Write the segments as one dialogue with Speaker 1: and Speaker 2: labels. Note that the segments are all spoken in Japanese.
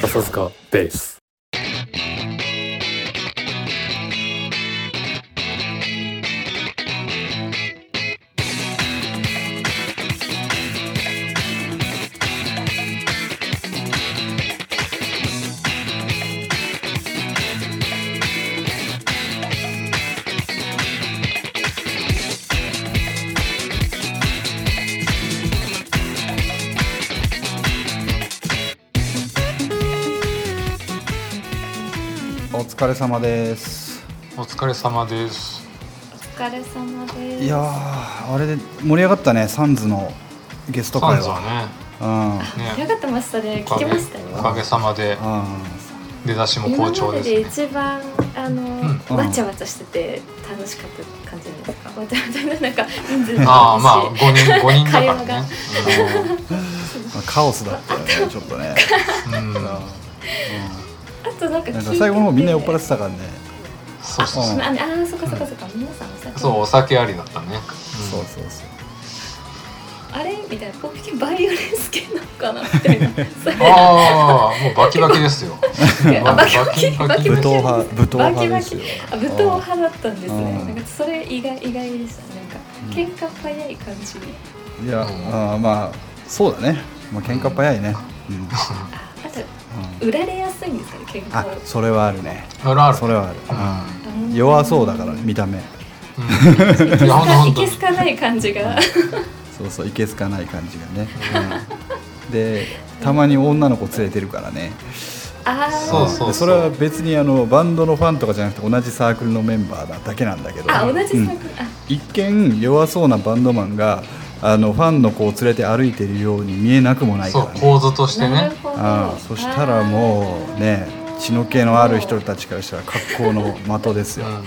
Speaker 1: 笹塚ベース
Speaker 2: お疲れ様です
Speaker 3: お疲れ様です。
Speaker 4: お疲れ様です。
Speaker 2: いやーあれで盛り上がったねサンズのゲスト
Speaker 3: サ
Speaker 2: 会
Speaker 3: ンズは
Speaker 2: は
Speaker 3: ね、
Speaker 2: うん
Speaker 3: ね
Speaker 4: よかったましたね。
Speaker 3: お
Speaker 4: 聞
Speaker 3: か
Speaker 4: き
Speaker 3: げ
Speaker 4: ました
Speaker 3: お
Speaker 4: よ。
Speaker 3: かげさまで
Speaker 2: う
Speaker 3: 出だしも好
Speaker 4: 今
Speaker 3: 調
Speaker 4: まで
Speaker 3: です、
Speaker 4: で
Speaker 3: ね。
Speaker 4: 一番あの、
Speaker 2: うん
Speaker 4: わちゃわちゃしてて楽しかった感じですか。わちゃわちゃでなんか人数の話
Speaker 3: ああまあ五人五人だからね。
Speaker 2: んカオスだったよねちょっとね、
Speaker 3: うん、う
Speaker 2: うん
Speaker 3: ん
Speaker 4: あとなんか聞いてて
Speaker 2: なんか最後の方みんな酔っ払ってたからね
Speaker 3: そうそう
Speaker 4: あ
Speaker 2: ん
Speaker 3: う。
Speaker 4: ああそっかそっかそっか皆さんお酒
Speaker 3: そうお酒ありだったね。
Speaker 2: そうそうそう
Speaker 4: あれみたいなポッピキバイオレンス系なのかな みたいなそう
Speaker 3: うんああもうバキバキですよ。
Speaker 4: あバキバ
Speaker 3: バキ
Speaker 4: キ
Speaker 3: バキ
Speaker 4: バキ
Speaker 2: 武闘
Speaker 4: バキ
Speaker 2: 派武闘派ですよ
Speaker 4: バキバキあ武闘派だったんですね
Speaker 2: うん
Speaker 4: なんかそれ意外意外でしたなんか喧嘩早い感じ
Speaker 2: いや、あーまあそうだねまあ喧嘩早いねうん、 うん
Speaker 4: ああと売られやすいんですかね喧嘩
Speaker 2: あ
Speaker 4: を
Speaker 2: それはあるね
Speaker 3: あるある。
Speaker 2: それはある、うん、弱そうだからね見た目
Speaker 3: う ん、いや
Speaker 4: い
Speaker 3: 本当
Speaker 4: け
Speaker 3: に
Speaker 4: す。かない感じが
Speaker 2: そうそういけすかない感じがね、 うんでたまに女の子連れてるからね
Speaker 4: あー
Speaker 3: そうそう
Speaker 2: でそれは別にあのバンドのファンとかじゃなくて同じサークルのメンバーだだけなんだけど
Speaker 4: あ同じサー
Speaker 2: うん
Speaker 4: クル、あ
Speaker 2: 一見弱そうなバンドマンがあのファンの子を連れて歩いてるように見えなくもないか
Speaker 3: そう
Speaker 2: らね
Speaker 3: 構図として
Speaker 4: な
Speaker 3: ね
Speaker 4: る。ほど
Speaker 2: ああそしたらもうね血の気のある人たちからしたら格好の的です
Speaker 3: う
Speaker 2: よ、
Speaker 3: ん。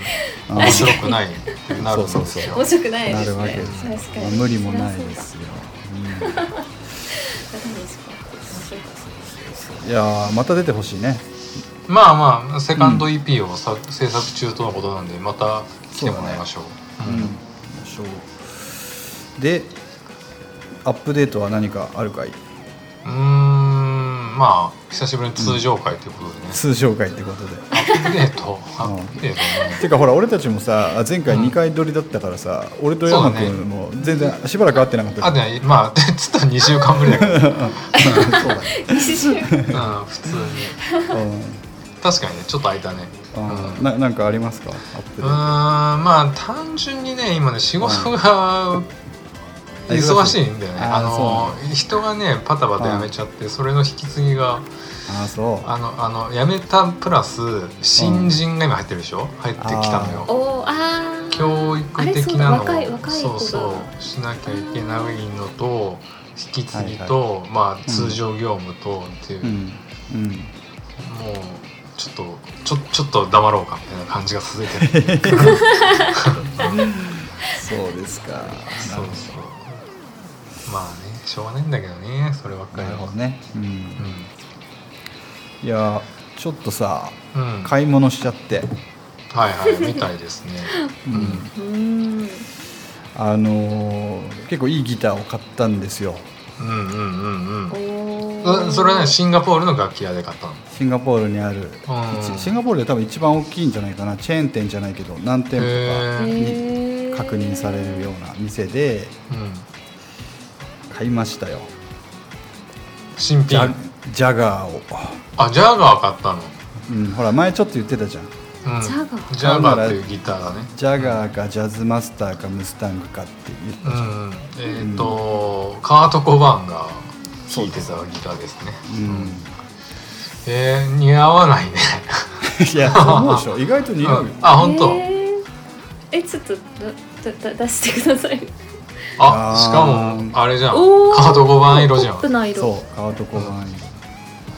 Speaker 2: あ
Speaker 3: 面白くないってなるんです
Speaker 2: そ
Speaker 3: よ。
Speaker 2: うそう
Speaker 4: 面白くないで
Speaker 2: な
Speaker 4: すね
Speaker 2: るわけですよ、
Speaker 4: 確か
Speaker 2: まあ
Speaker 4: に
Speaker 2: 無理もないですよ、
Speaker 4: 確かに面白かったです
Speaker 2: うんいやーまた出てほしいね
Speaker 3: まあまあセカンド EP をさ、制作中とのことなんでまた来てもらいましょう。う
Speaker 2: うん
Speaker 3: ん、
Speaker 2: でアップデートは何かあるかいう
Speaker 3: ーんまあ久しぶりに通常会ということでね、
Speaker 2: 通常会ってことで
Speaker 3: アップデートアップデートね
Speaker 2: てかほら俺たちもさ前回
Speaker 3: うん
Speaker 2: 2回撮りだったからさ、俺と山
Speaker 3: そう
Speaker 2: 君
Speaker 3: だね
Speaker 2: も全然しばらく会ってなかった
Speaker 3: あ
Speaker 2: か
Speaker 3: でもまあちょっと2週間ぶりだけど、うん、
Speaker 2: らそうだね
Speaker 4: 西週
Speaker 3: 普通に確かにねちょっと空いたねう
Speaker 2: うんん、
Speaker 3: う
Speaker 2: うんななんかありますかアップデ
Speaker 3: ー
Speaker 2: ー
Speaker 3: んまあ単純にね今ね仕事が忙しいんだよね、
Speaker 2: あ
Speaker 3: あの人がねパタパタ辞めちゃってそれの引き継ぎが
Speaker 2: トああそう
Speaker 3: あのあの辞めたプラス新人が今入ってるでしょ、入ってきたのよ
Speaker 4: おーあー
Speaker 3: 教育的なのを
Speaker 4: あれそうだ若い若い子
Speaker 3: そう
Speaker 4: が
Speaker 3: そうしなきゃいけないのと引き継ぎと、まあ、通常業務とっていう、
Speaker 2: う
Speaker 3: もうん
Speaker 2: うん
Speaker 3: ちょっとちょちょっと黙ろうかみたいな感じが続いてる
Speaker 2: そうですか
Speaker 3: そ
Speaker 2: な
Speaker 3: う
Speaker 2: る
Speaker 3: そうまあねしょうがないんだけどねそればっ
Speaker 2: ほど
Speaker 3: かり
Speaker 2: なるほ
Speaker 3: は
Speaker 2: どね、うん、いやちょっとさ
Speaker 3: うん、うん、はい
Speaker 2: 買い物しちゃって
Speaker 3: はいみたいですね
Speaker 2: うん、
Speaker 4: うーん
Speaker 2: あのー結構いいギターを買ったんですよ
Speaker 3: うんうんうんうん
Speaker 4: お
Speaker 3: そ
Speaker 4: ー
Speaker 3: それはねシンガポールの楽器屋で買ったの
Speaker 2: シンガポールにある
Speaker 3: うん
Speaker 2: シンガポールで多分一番大きいんじゃないかなチェーン店じゃないけど何店舗
Speaker 3: へー
Speaker 4: へー
Speaker 2: か確認されるような店で
Speaker 3: うん、
Speaker 2: 買いましたよ
Speaker 3: 新
Speaker 2: ジ
Speaker 3: 品
Speaker 2: ャジャガーを、
Speaker 3: あジャガー買ったの
Speaker 2: うん、ほら前ちょっと言ってたじゃん
Speaker 3: うん
Speaker 4: ジャガー
Speaker 3: ジャガーっていうギターだね。
Speaker 2: ジャガーかジャズマスターかムスタングかって言っ
Speaker 3: う
Speaker 2: たじゃん、
Speaker 3: ん、えっ、と、カート・コバーンが弾いてたギターですね。
Speaker 2: うん、
Speaker 3: えー、似合わないね。
Speaker 2: いやそう思うでしょ意外と似合うよ
Speaker 3: あ、本当。
Speaker 4: へーえちょっとだだだ出してください
Speaker 3: あ、しかもあれじゃん。カート・コバーン色じゃ
Speaker 4: ポップ
Speaker 3: ん。
Speaker 4: な色
Speaker 2: そう革と小判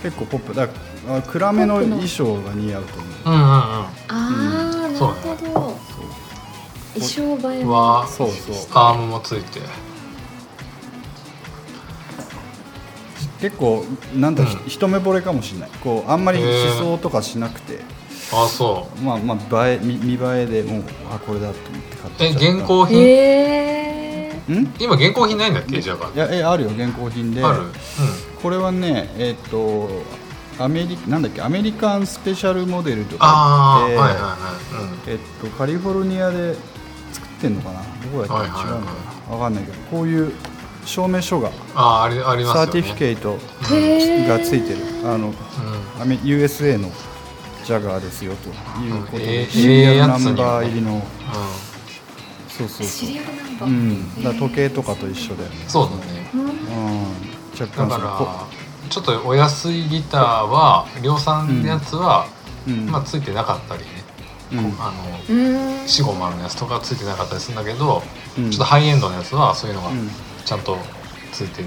Speaker 2: 結構ポップだからあ暗めの
Speaker 4: ポップな
Speaker 2: 衣装が似合うと思う
Speaker 3: うんうんうん。
Speaker 4: ああ、
Speaker 3: ん
Speaker 4: なる
Speaker 3: そう
Speaker 4: ほど衣装映えも
Speaker 3: わー
Speaker 2: そうそう
Speaker 3: アームもついて。
Speaker 2: 結構なんだ、
Speaker 3: うん
Speaker 2: ひ一目惚れかもしれないこうあんまり思想とかしなくて、
Speaker 3: あ、そ
Speaker 2: まあまあ映え見見栄えでもうあこれだと思って買っ
Speaker 3: う。
Speaker 2: て
Speaker 3: え、現行品。
Speaker 4: へえ
Speaker 2: んい
Speaker 3: 今現行品ないんだっけ、ジャガーって。
Speaker 2: やえあるよ現行品で
Speaker 3: ある。うん。
Speaker 2: これはねえっ、とアメリなんだっけアメリカンスペシャルモデルとか
Speaker 3: ああ
Speaker 2: っ
Speaker 3: ー、
Speaker 2: て
Speaker 3: はいはいはい。うん
Speaker 2: えっと、カリフォルニアで作ってんのかなどこだっけ、
Speaker 3: はいはい
Speaker 2: 違う
Speaker 3: はい
Speaker 2: のかな分かんないけどこういう証明書が、
Speaker 3: ああ、ありありますよ
Speaker 2: サ
Speaker 3: ね。
Speaker 2: ーティフィケート
Speaker 4: へー
Speaker 2: がついてるあの
Speaker 3: う
Speaker 2: アメ USA のジャガーですよということ
Speaker 3: うんえ
Speaker 2: で、
Speaker 3: え
Speaker 2: シリア
Speaker 3: ええ
Speaker 2: ル
Speaker 3: や
Speaker 2: ナ
Speaker 3: つに
Speaker 2: ンバー入りの
Speaker 3: ん
Speaker 2: そうそうそ
Speaker 4: シ
Speaker 2: う
Speaker 4: リアルナンバ
Speaker 2: う
Speaker 4: ー、
Speaker 2: ん、だから時計とかと一緒で、
Speaker 3: うん、そうだね。
Speaker 4: うん
Speaker 2: うん、若干
Speaker 3: だ
Speaker 2: そこ
Speaker 3: から、ちょっとお安いギターは、量産のやつは、
Speaker 2: うん
Speaker 3: まあ、ついてなかったりね。
Speaker 2: うん
Speaker 3: あの
Speaker 4: うん
Speaker 3: 四五丸のやつとかついてなかったりするんだけど、
Speaker 2: うん
Speaker 3: ちょっとハイエンドのやつはそういうのが
Speaker 2: うん
Speaker 3: ちゃんとついて
Speaker 2: う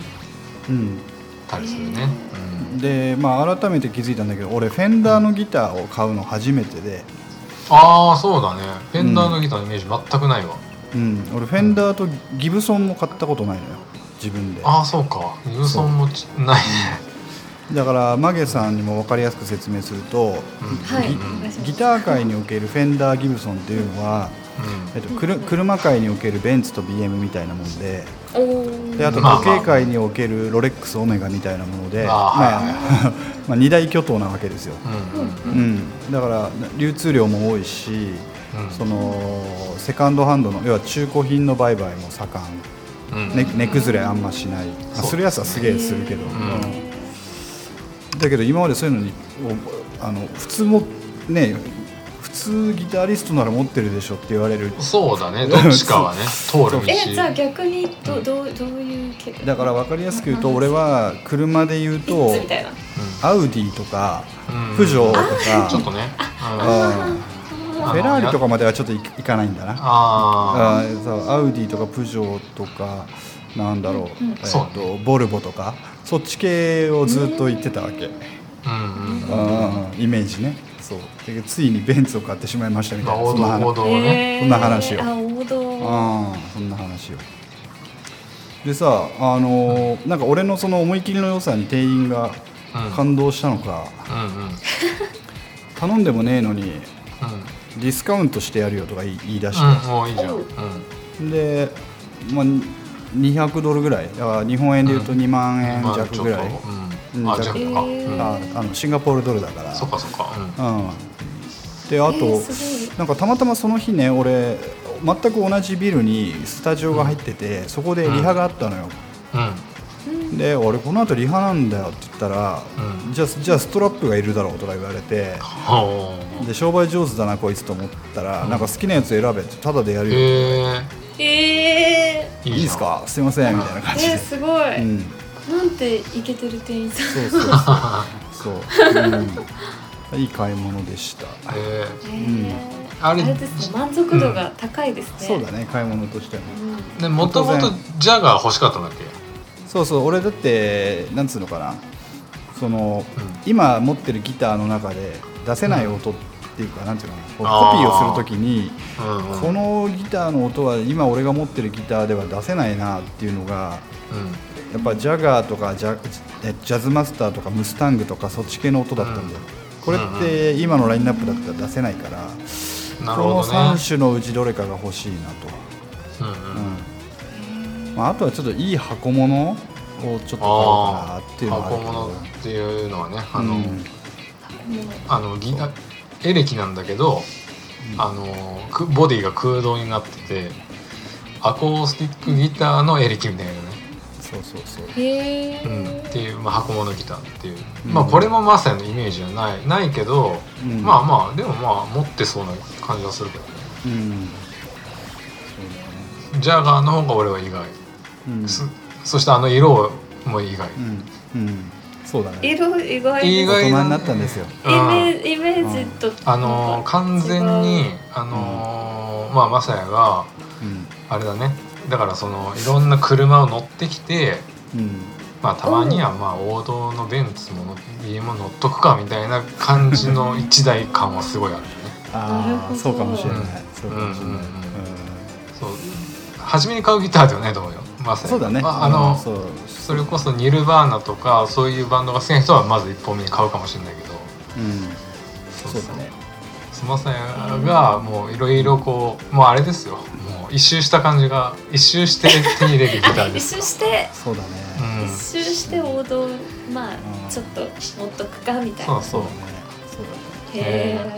Speaker 3: たりするね。う
Speaker 2: ん、
Speaker 3: ん
Speaker 2: で、まあ、改めて気づいたんだけど俺フェンダーのギターを買うの初めてで、
Speaker 3: ああそうだね。フェンダーのギターのイメージ全くないわ。
Speaker 2: うん、俺フェンダーとギブソンも買ったことないのよ自分で
Speaker 3: ああそうか。ギブソンもちないね。
Speaker 2: だからマゲさんにも分かりやすく説明すると
Speaker 4: はい
Speaker 2: ギ
Speaker 4: お願いします
Speaker 2: ギター界におけるフェンダーギブソンっていうのは、えっと、くる車界におけるベンツと BM みたいなもので
Speaker 4: お
Speaker 2: であと
Speaker 3: まあまあ
Speaker 2: 時計界におけるロレックスオメガみたいなもので、ま
Speaker 3: あー
Speaker 2: あ まあ、二大巨頭なわけですよ、
Speaker 3: うんうんうん
Speaker 2: う。ん、だから流通量も多いし
Speaker 3: うん
Speaker 2: そのセカンドハンドの要は中古品の売買も盛ん
Speaker 3: うん
Speaker 2: ね値崩れあんましない、あ
Speaker 3: そう
Speaker 2: するやつはすげえするけど、
Speaker 4: うん
Speaker 2: うんだけど今までそういうのにおあの普通もね普通ギタリストなら持ってるでしょって言われる
Speaker 3: そう だね。どっちかはね通る道。
Speaker 4: えじゃあ逆にどどうどういう系
Speaker 2: だから分かりやすく言うと俺は車で言う
Speaker 4: ビッ
Speaker 2: と
Speaker 4: ツみたいな
Speaker 2: アウディとか
Speaker 3: うん
Speaker 2: プジョーとか
Speaker 3: ちょっとね。うん
Speaker 2: うんフェラーリとかまではちょっといいかないんだなあ
Speaker 3: あ
Speaker 2: ーそうアウディとかプジョーとかなんだろう、
Speaker 4: うん
Speaker 2: え
Speaker 3: そう
Speaker 2: ー、とボルボとかそっち系をずっと行ってたわけ、
Speaker 3: あ。うんうん。
Speaker 2: あーイメージねそうでついにベンツを買ってしまいましたみ
Speaker 3: ま
Speaker 2: た
Speaker 3: あ
Speaker 2: いなそん
Speaker 3: 王
Speaker 2: な
Speaker 3: 道王
Speaker 2: 話
Speaker 3: 道をね。
Speaker 2: そんな話よ
Speaker 4: あ王道
Speaker 2: あーそんな話をでさあのーなんか俺のその思い切りの良さに店員が
Speaker 3: うん
Speaker 2: 感動したのか、
Speaker 3: うんうんうん。
Speaker 2: 頼んでもねえのにディスカウントしてやるよとか言い言い出して、
Speaker 3: うん、もういいじゃん。うん、
Speaker 2: で、まあ、200ドルぐらいだから日本円でいうと2万円
Speaker 3: まあ
Speaker 2: 弱ぐらい、
Speaker 3: ちょっと
Speaker 2: う
Speaker 3: うんん、あ、
Speaker 2: 弱
Speaker 3: 弱か。
Speaker 4: えー
Speaker 3: うん、
Speaker 2: ああのシンガポールドルだから
Speaker 3: そっかそっか。うん、
Speaker 2: うん、であと、
Speaker 4: えーすごい
Speaker 2: なんかたまたまその日ね俺全く同じビルにスタジオが入ってて、そこでリハがあったのよ、
Speaker 3: うん、
Speaker 2: で俺この後リハなんだよって言ったら、
Speaker 3: うん
Speaker 2: じゃあじゃあストラップがいるだろうとか言われて
Speaker 3: は
Speaker 2: で商売上手だなこいつと思ったら、なんか好きなやつ選べってタダでや
Speaker 3: あ。
Speaker 2: るよ、
Speaker 3: へえ
Speaker 4: え
Speaker 3: ー、
Speaker 2: いいです。かすいませんみたいな
Speaker 4: ー、
Speaker 2: 感じで、
Speaker 4: えー、すごい、
Speaker 2: うん、
Speaker 4: なんてイケてる店員さん
Speaker 2: そうそう そうそう、うん、いい買い物でした、
Speaker 3: へえー、
Speaker 4: え
Speaker 2: うん
Speaker 4: ー
Speaker 3: あ
Speaker 4: あれ
Speaker 3: れ、
Speaker 4: ですね満足度が高いですね、
Speaker 2: そうだね買い物としても
Speaker 4: うん
Speaker 3: ね、もともとジャガー欲しかったんだっけ。
Speaker 2: そうそう俺だってなんつうのかなその、
Speaker 3: うん
Speaker 2: 今持ってるギターの中で出せない音っていうか、なんていうのかな
Speaker 3: あー
Speaker 2: こうコピーをするときに、
Speaker 3: うん、うん、
Speaker 2: このギターの音は今俺が持ってるギターでは出せないなっていうのが
Speaker 3: うん、
Speaker 2: やっぱジャガーとかジャえジャズマスターとかムスタングとかそっち系の音だったんだよ、これって今のラインナップだったら出せないから、
Speaker 3: なる
Speaker 2: こ
Speaker 3: ほ
Speaker 2: の
Speaker 3: ど
Speaker 2: 3
Speaker 3: ね。
Speaker 2: 種のうちどれかが欲しいなと。
Speaker 3: うん、う、
Speaker 2: うんんまあ、あとはちょっといい箱物をちょっと買おうかな
Speaker 3: ああ
Speaker 2: っていう
Speaker 3: ー、
Speaker 2: のはある
Speaker 3: 箱
Speaker 2: けど
Speaker 3: 物っていうのはね、あ
Speaker 2: う
Speaker 3: の、
Speaker 2: ん
Speaker 4: もう
Speaker 3: あの、ギター、エレキなんだけど。あの、くボディが空洞になってて。アコースティックギターのエレキみたいなね。
Speaker 2: そうそうそう
Speaker 4: へえ
Speaker 3: うん、っていう、まあ、箱物ギターっていう、
Speaker 2: うん
Speaker 3: まあこれもマサヤのイメージじゃないないけど、
Speaker 2: うん
Speaker 3: まあまあでもまあ持ってそうな感じはするけどね
Speaker 2: うん
Speaker 3: ジャガーの方が俺は意外、
Speaker 2: うん
Speaker 3: そそしてあの色も意外、
Speaker 2: うんうんそうだね
Speaker 4: 色意外です
Speaker 3: 意
Speaker 2: 大
Speaker 3: 外
Speaker 2: 人
Speaker 3: だね
Speaker 2: になったんですよ
Speaker 4: イメージイメージと
Speaker 3: あのー完全にあのー、まあマサヤが
Speaker 2: うん
Speaker 3: あれだねだからそのいろんな車を乗ってきて
Speaker 2: うん
Speaker 3: まあたまにはまあ王道のベンツも BM も乗っとくかみたいな感じの一台感はすごいあるよね
Speaker 4: なる
Speaker 2: あ
Speaker 4: ほ
Speaker 2: あ
Speaker 4: ど
Speaker 2: そうかもしれないそうかもしれない
Speaker 3: うんうんうんそう初めに買うギターではないと思うよマ
Speaker 2: う
Speaker 3: サ
Speaker 2: ん
Speaker 3: ヤ
Speaker 2: そうだね
Speaker 3: まああの、
Speaker 2: うんそう
Speaker 3: それこそニルバーナとかそういうバンドが好きな人はまず一本目に買うかもしれないけど
Speaker 2: うん
Speaker 3: そう
Speaker 2: そうだね
Speaker 3: スマサヤがもういろいろこうもうあれですよもう一周した感じが一周して手に入れるギターで
Speaker 4: 一
Speaker 3: す
Speaker 4: 周して
Speaker 2: そうだね
Speaker 3: うん
Speaker 4: 一周して王道ま
Speaker 2: うん
Speaker 4: あちょっと持っとくかみたい
Speaker 3: そ
Speaker 4: な
Speaker 3: うそう
Speaker 2: そうだね
Speaker 4: へ
Speaker 2: だか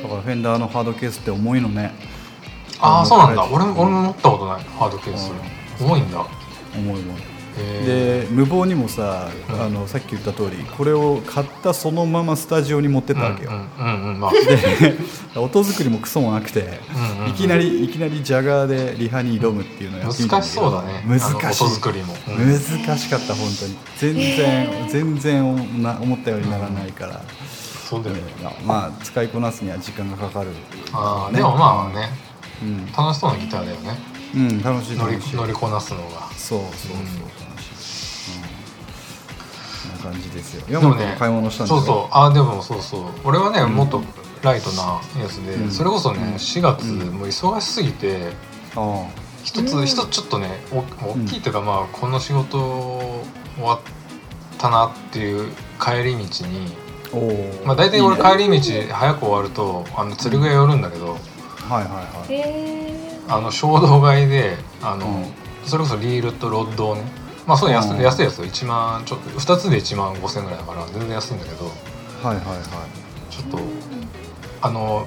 Speaker 4: え
Speaker 2: らフェンダーのハードケースって重いのね
Speaker 3: ああそうなんだ
Speaker 2: うん
Speaker 3: 俺も俺も乗ったことないハードケース
Speaker 2: う
Speaker 3: 重いんだ
Speaker 2: 重いもん
Speaker 3: へ
Speaker 2: で無謀にもさ
Speaker 3: うん
Speaker 2: あのさっき言った通りこれを買ったそのままスタジオに持って
Speaker 3: え
Speaker 2: ったわけよ、
Speaker 3: うんうんうんうんまあ
Speaker 2: で音作りもクソもなくて、
Speaker 3: うんうん
Speaker 2: いきなりいきなりジャガーでリハに挑むっていうのやってみたん
Speaker 3: 難
Speaker 2: け
Speaker 3: し
Speaker 2: ど
Speaker 3: そうだね
Speaker 2: 難
Speaker 3: あの
Speaker 2: しい
Speaker 3: 音作りも、うん
Speaker 2: 難しかった本当に全然、
Speaker 4: へー
Speaker 2: 全然おな思ったようにならないから、
Speaker 3: そうだよね
Speaker 2: いやまあ使いこなすには時間がかかる、
Speaker 3: ああでもまあね
Speaker 2: うん、
Speaker 3: 楽しそうなギターだよね
Speaker 2: うん、楽しい
Speaker 3: 乗り
Speaker 2: 楽しい
Speaker 3: 乗りこなすのが
Speaker 2: そうそうそう、
Speaker 3: うん
Speaker 2: 楽しい、うん、こんな感じですよ
Speaker 3: で
Speaker 2: 山
Speaker 3: も
Speaker 2: 本も
Speaker 3: ね
Speaker 2: 買い物したんでし
Speaker 3: そ
Speaker 2: ょ
Speaker 3: うそうあでもそうそう俺はね、
Speaker 2: うん
Speaker 3: もっとライトなやつで、
Speaker 2: うん
Speaker 3: それこそね
Speaker 2: うん
Speaker 3: 4月、
Speaker 2: うん
Speaker 3: もう忙しすぎて
Speaker 2: あ
Speaker 3: 一
Speaker 4: う
Speaker 3: つ
Speaker 4: ん
Speaker 3: 一つちょっとね
Speaker 2: う
Speaker 3: お
Speaker 2: ん
Speaker 3: 大きいというか、まあこの仕事終わったなっていう帰り道に、
Speaker 2: あおお
Speaker 3: まあ、大体
Speaker 2: いい
Speaker 3: 俺
Speaker 2: ね
Speaker 3: 帰り道早く終わるとあの釣り具屋寄るんだけど、
Speaker 2: はいはいはい
Speaker 4: へ
Speaker 3: あの衝動買いであの、
Speaker 2: うん
Speaker 3: それこそリールとロッドをねまあそう安,、
Speaker 2: うん
Speaker 3: 安いやつ1万ちょっと2つで1万5千ぐらいだから全然安いんだけど
Speaker 2: はいはいはい
Speaker 3: ちょっとあの、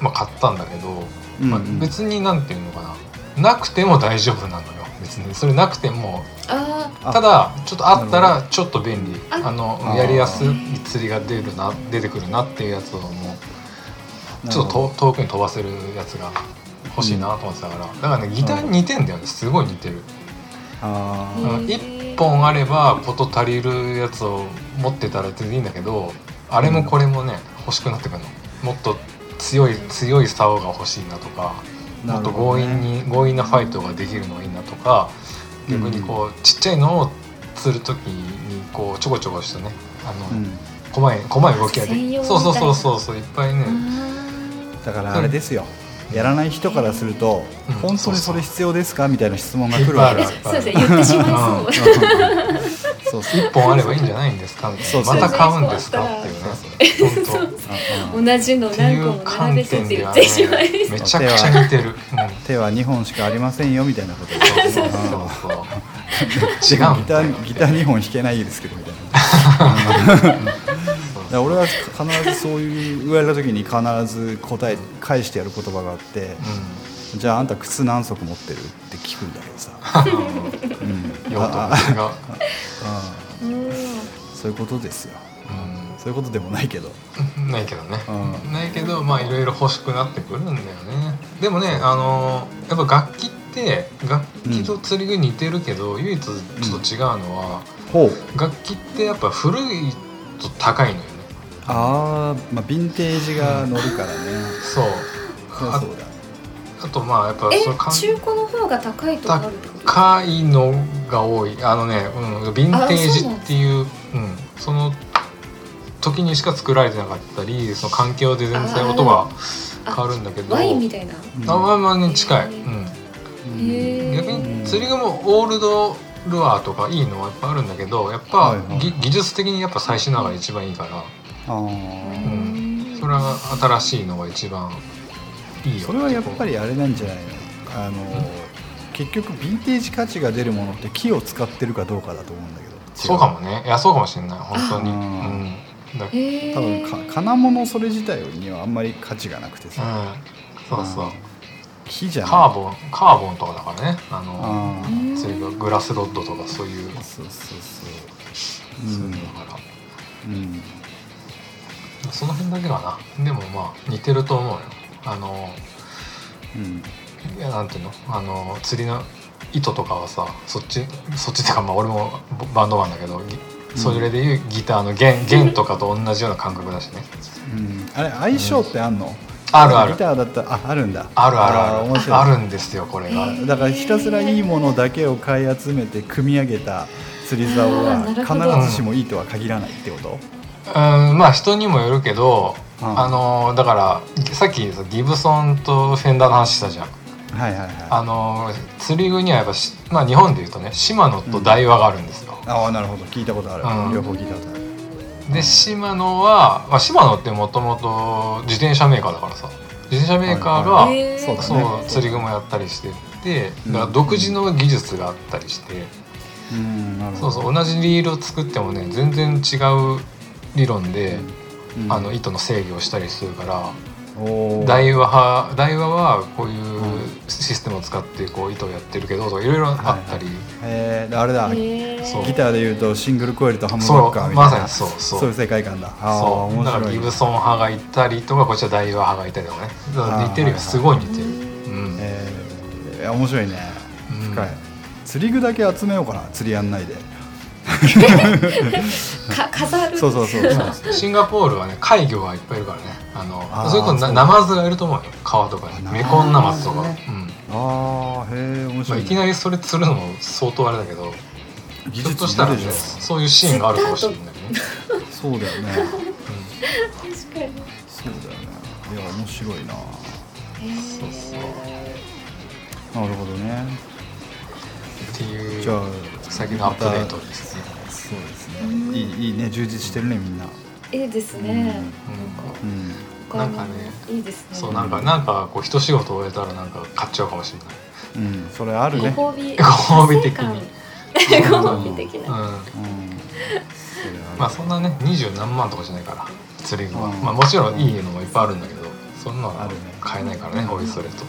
Speaker 3: まあ、買ったんだけど、
Speaker 2: うん
Speaker 3: まあ、
Speaker 2: うん
Speaker 3: 別になんていうのかななくても大丈夫なのよ別にそれなくても
Speaker 4: あ
Speaker 2: あ
Speaker 3: ただちょっとあった
Speaker 2: なる
Speaker 3: らちょっと便利
Speaker 4: あ
Speaker 3: あの
Speaker 2: あー
Speaker 3: やりやすい釣りが出るな出てくるなっていうやつをもうちょっ
Speaker 2: なるほ
Speaker 3: と遠遠くに飛ばせるやつが欲しいなと思ってたから、だからねギターに似てんだよねすごい似てる
Speaker 2: どあ
Speaker 4: へ
Speaker 2: ー
Speaker 3: 1
Speaker 4: ー
Speaker 3: 本あればこと足りるやつを持ってたら全然いいんだけどあれもこれもね欲しくなってくるのもっと強い強い竿が欲しいなとかもっと強引に、強引なファイトができるのがいいなとか逆にこうちっちゃいのを釣る時にこうちょこちょこしてねあ
Speaker 2: う
Speaker 3: の
Speaker 2: ん、
Speaker 3: 細い細い動きがで
Speaker 4: 専
Speaker 3: き
Speaker 4: 用みたい
Speaker 3: そうそ
Speaker 4: な
Speaker 3: うそうそうそういっぱいね
Speaker 2: だからあれですよやらない人からすると、
Speaker 3: うん
Speaker 2: 本当にそれ必要ですかみたいな質問が来る
Speaker 3: い
Speaker 2: わ
Speaker 3: っ
Speaker 2: けで
Speaker 3: ぱい
Speaker 2: す
Speaker 3: ある
Speaker 4: そうですね言ってしまいそう
Speaker 3: うん
Speaker 2: そうそう
Speaker 3: 1本あればいいんじゃないんですかみた
Speaker 2: そ
Speaker 3: いうな
Speaker 2: そう
Speaker 3: また買うんですかって
Speaker 2: そう
Speaker 3: いうね本当
Speaker 2: うん
Speaker 4: 同じの
Speaker 3: ってい
Speaker 4: 何
Speaker 3: う
Speaker 4: 個も並べ
Speaker 3: 観
Speaker 4: てっ
Speaker 3: 点
Speaker 4: て
Speaker 3: で
Speaker 4: 言
Speaker 3: は
Speaker 4: っ
Speaker 3: ね
Speaker 4: てしまいそう
Speaker 3: めちゃくちゃ似てる、うん、
Speaker 2: 手は2本しかありませんよみたいなことで
Speaker 3: そうそう違うん
Speaker 2: ギタ
Speaker 3: だよ
Speaker 2: ーギター2本弾けないですけどみたいなだ
Speaker 3: そう
Speaker 2: から俺は必ずそういう言われた時に必ず答え返してやる言葉があって、じゃああんた靴何足持ってるって聞くんだけどさ、う
Speaker 3: う
Speaker 2: んん、
Speaker 3: 用途
Speaker 2: あ
Speaker 3: が違う、
Speaker 2: あうんそういうことですよそういうことでもないけど
Speaker 3: うん、ないけどね、
Speaker 2: うん
Speaker 3: ないけどまあいろいろ欲しくなってくるんだよねでもねあのーやっぱ楽器って楽器と釣り具似てるけど、唯一ちょっと違うのは、
Speaker 2: ほう
Speaker 3: 楽器ってやっぱ古いと高いのよね
Speaker 2: あー、まあヴィンテージが乗るからね
Speaker 3: そう
Speaker 2: そりゃそうだ
Speaker 3: あとまあやっぱ
Speaker 4: え
Speaker 3: そのかん
Speaker 4: 中古の方が高いとなるってこと
Speaker 3: 高いのが多いあのね、うん、ヴィンテージっていううん、その時にしか作られてなかったりその環境で全然音が変わるんだけど
Speaker 4: ワインみたいな
Speaker 3: あまあまあね近い、
Speaker 4: へ
Speaker 3: うん、
Speaker 2: うん
Speaker 4: へえ
Speaker 3: 逆に釣り具もオールドルアーとかいいのはやっぱあるんだけどやっぱ、
Speaker 2: はいはい
Speaker 3: ぎ技術的にやっぱ最新のが一番いいから
Speaker 2: あー
Speaker 3: うんそれは新しいのが一番いいよ
Speaker 2: それはやっぱりあれなんじゃないのあの結局ヴィンテージ価値が出るものって木を使ってるかどうかだと思うんだけど
Speaker 3: そうかもねいやそうかもしれない本当に
Speaker 2: あ
Speaker 3: うんだ
Speaker 4: へえ
Speaker 2: 多分か金物それ自体にはあんまり価値がなくてさ、
Speaker 3: うんそうそう
Speaker 2: 木じゃない
Speaker 3: カーボンカーボンとかだからねあの
Speaker 2: あ
Speaker 4: う
Speaker 2: ー
Speaker 4: ん
Speaker 3: それがグラスロッドとかそういう
Speaker 2: そうそうそう
Speaker 3: そ
Speaker 2: うん
Speaker 3: ういうのだから、
Speaker 2: うん
Speaker 3: その辺だけはなでもまあ似てると思うよあの
Speaker 2: うん
Speaker 3: いやなんていうのあの釣りの糸とかはさそっちそっちっていうかまあ俺もボバンドマンだけどぎそれでいうギターの弦弦とかと同じような感覚だしね
Speaker 2: うんあれ相性ってあんの、
Speaker 3: あるある
Speaker 2: ギターだったらああるんだ
Speaker 3: あるあ
Speaker 2: ー
Speaker 3: るあ
Speaker 2: 面
Speaker 3: る
Speaker 2: 白い
Speaker 3: あるんですよこれが
Speaker 2: だからひたすらいいものだけを買い集めて組み上げた釣り竿は
Speaker 4: あーなるほど
Speaker 2: 必ずしもいいとは限らないってこと、
Speaker 3: うんまあ人にもよるけど、
Speaker 2: うん
Speaker 3: あのだからさっきさギブソンとフェンダーの話したじゃん
Speaker 2: はいはいはい
Speaker 3: あの釣り具にはやっぱし、まあ、日本でいうとねシマノとダイワがあるんですよ、
Speaker 2: ああなるほど聞いたことある、
Speaker 3: うん
Speaker 2: 両方聞いたことある
Speaker 3: でシマノは、まあ、シマノってもともと自転車メーカーだからさ自転車メーカーが、
Speaker 2: はい
Speaker 4: はいそうだね
Speaker 3: そう釣り具もやってたりしてて、
Speaker 2: うん
Speaker 3: だから独自の技術があったりして、
Speaker 2: ううんなる
Speaker 3: そ
Speaker 2: ほ
Speaker 3: う
Speaker 2: ど
Speaker 3: そう同じリールを作ってもね全然違う理論で、
Speaker 2: うん
Speaker 3: あの糸の制御をしたりするから、
Speaker 2: おー
Speaker 3: ダイワはダイワはこういううんシステムを使ってこう糸をやってるけどとかいろいろあったり、
Speaker 2: えー、あれだ
Speaker 4: へえ
Speaker 3: そう
Speaker 2: ギターでいうとシングルコイルとハムバ
Speaker 3: そ
Speaker 2: ッカーみ
Speaker 3: う
Speaker 2: たい
Speaker 3: ま
Speaker 2: な
Speaker 3: さにそうそう
Speaker 2: そういう世界観だああ
Speaker 3: そう
Speaker 2: 面
Speaker 3: だから
Speaker 2: 白い
Speaker 3: ギブソン派がいたりとかこっちはダイワ派がいたりとかねだから似てるよ
Speaker 2: あー
Speaker 3: すごい似てる、うん
Speaker 2: えーいや面白いね
Speaker 3: うん
Speaker 2: 深い、釣り具だけ集めようかな釣りやんないで
Speaker 4: か飾る
Speaker 2: そうそうそう
Speaker 3: でもシンガポールはね海魚がいっぱいいるからねあの
Speaker 2: あー
Speaker 3: それこそ
Speaker 2: そ
Speaker 3: な
Speaker 2: う
Speaker 3: ナマズがいると思うよ川とかに
Speaker 2: あ
Speaker 3: メコンナマズとか、
Speaker 2: ナマズね
Speaker 3: うん
Speaker 2: ああへえ面
Speaker 3: ま
Speaker 2: 白
Speaker 3: あ、
Speaker 2: い、
Speaker 3: いきなりそれ釣るのも相当あれだけど
Speaker 2: 技
Speaker 3: ひょっと
Speaker 2: 術
Speaker 3: した
Speaker 2: い
Speaker 3: ら
Speaker 2: る
Speaker 3: ね
Speaker 2: でしょ
Speaker 3: そういうシーンがあるかもしれないね、
Speaker 2: そうだよね
Speaker 3: うん
Speaker 4: 確かに
Speaker 2: そうだよねいや面白いな
Speaker 4: へえ
Speaker 3: そうそう
Speaker 2: なるほどね
Speaker 3: っていう
Speaker 2: じゃあ
Speaker 3: 最近のアップデートですね、
Speaker 2: そうです
Speaker 4: うん
Speaker 2: ねいいいいね充実してるねみんな
Speaker 4: ええですね
Speaker 3: う
Speaker 2: うん
Speaker 4: お金
Speaker 3: なんかね
Speaker 4: いいですね
Speaker 3: ん、そうなんかなんかこう一仕事終えたらなんか買っちゃうかもしれない
Speaker 2: うんそれあるね
Speaker 4: ご褒美
Speaker 3: ご褒美的に
Speaker 4: 達成感ご褒美的
Speaker 3: うん
Speaker 4: な、
Speaker 2: うんそれある
Speaker 3: まあそんなね二十何万とかじゃないから釣り具
Speaker 2: う
Speaker 3: は、
Speaker 2: ん
Speaker 3: まあもちろんいいのもいっぱいあるんだけどそんなの
Speaker 2: あ
Speaker 3: は
Speaker 2: るね
Speaker 3: 買えないからねおいそれと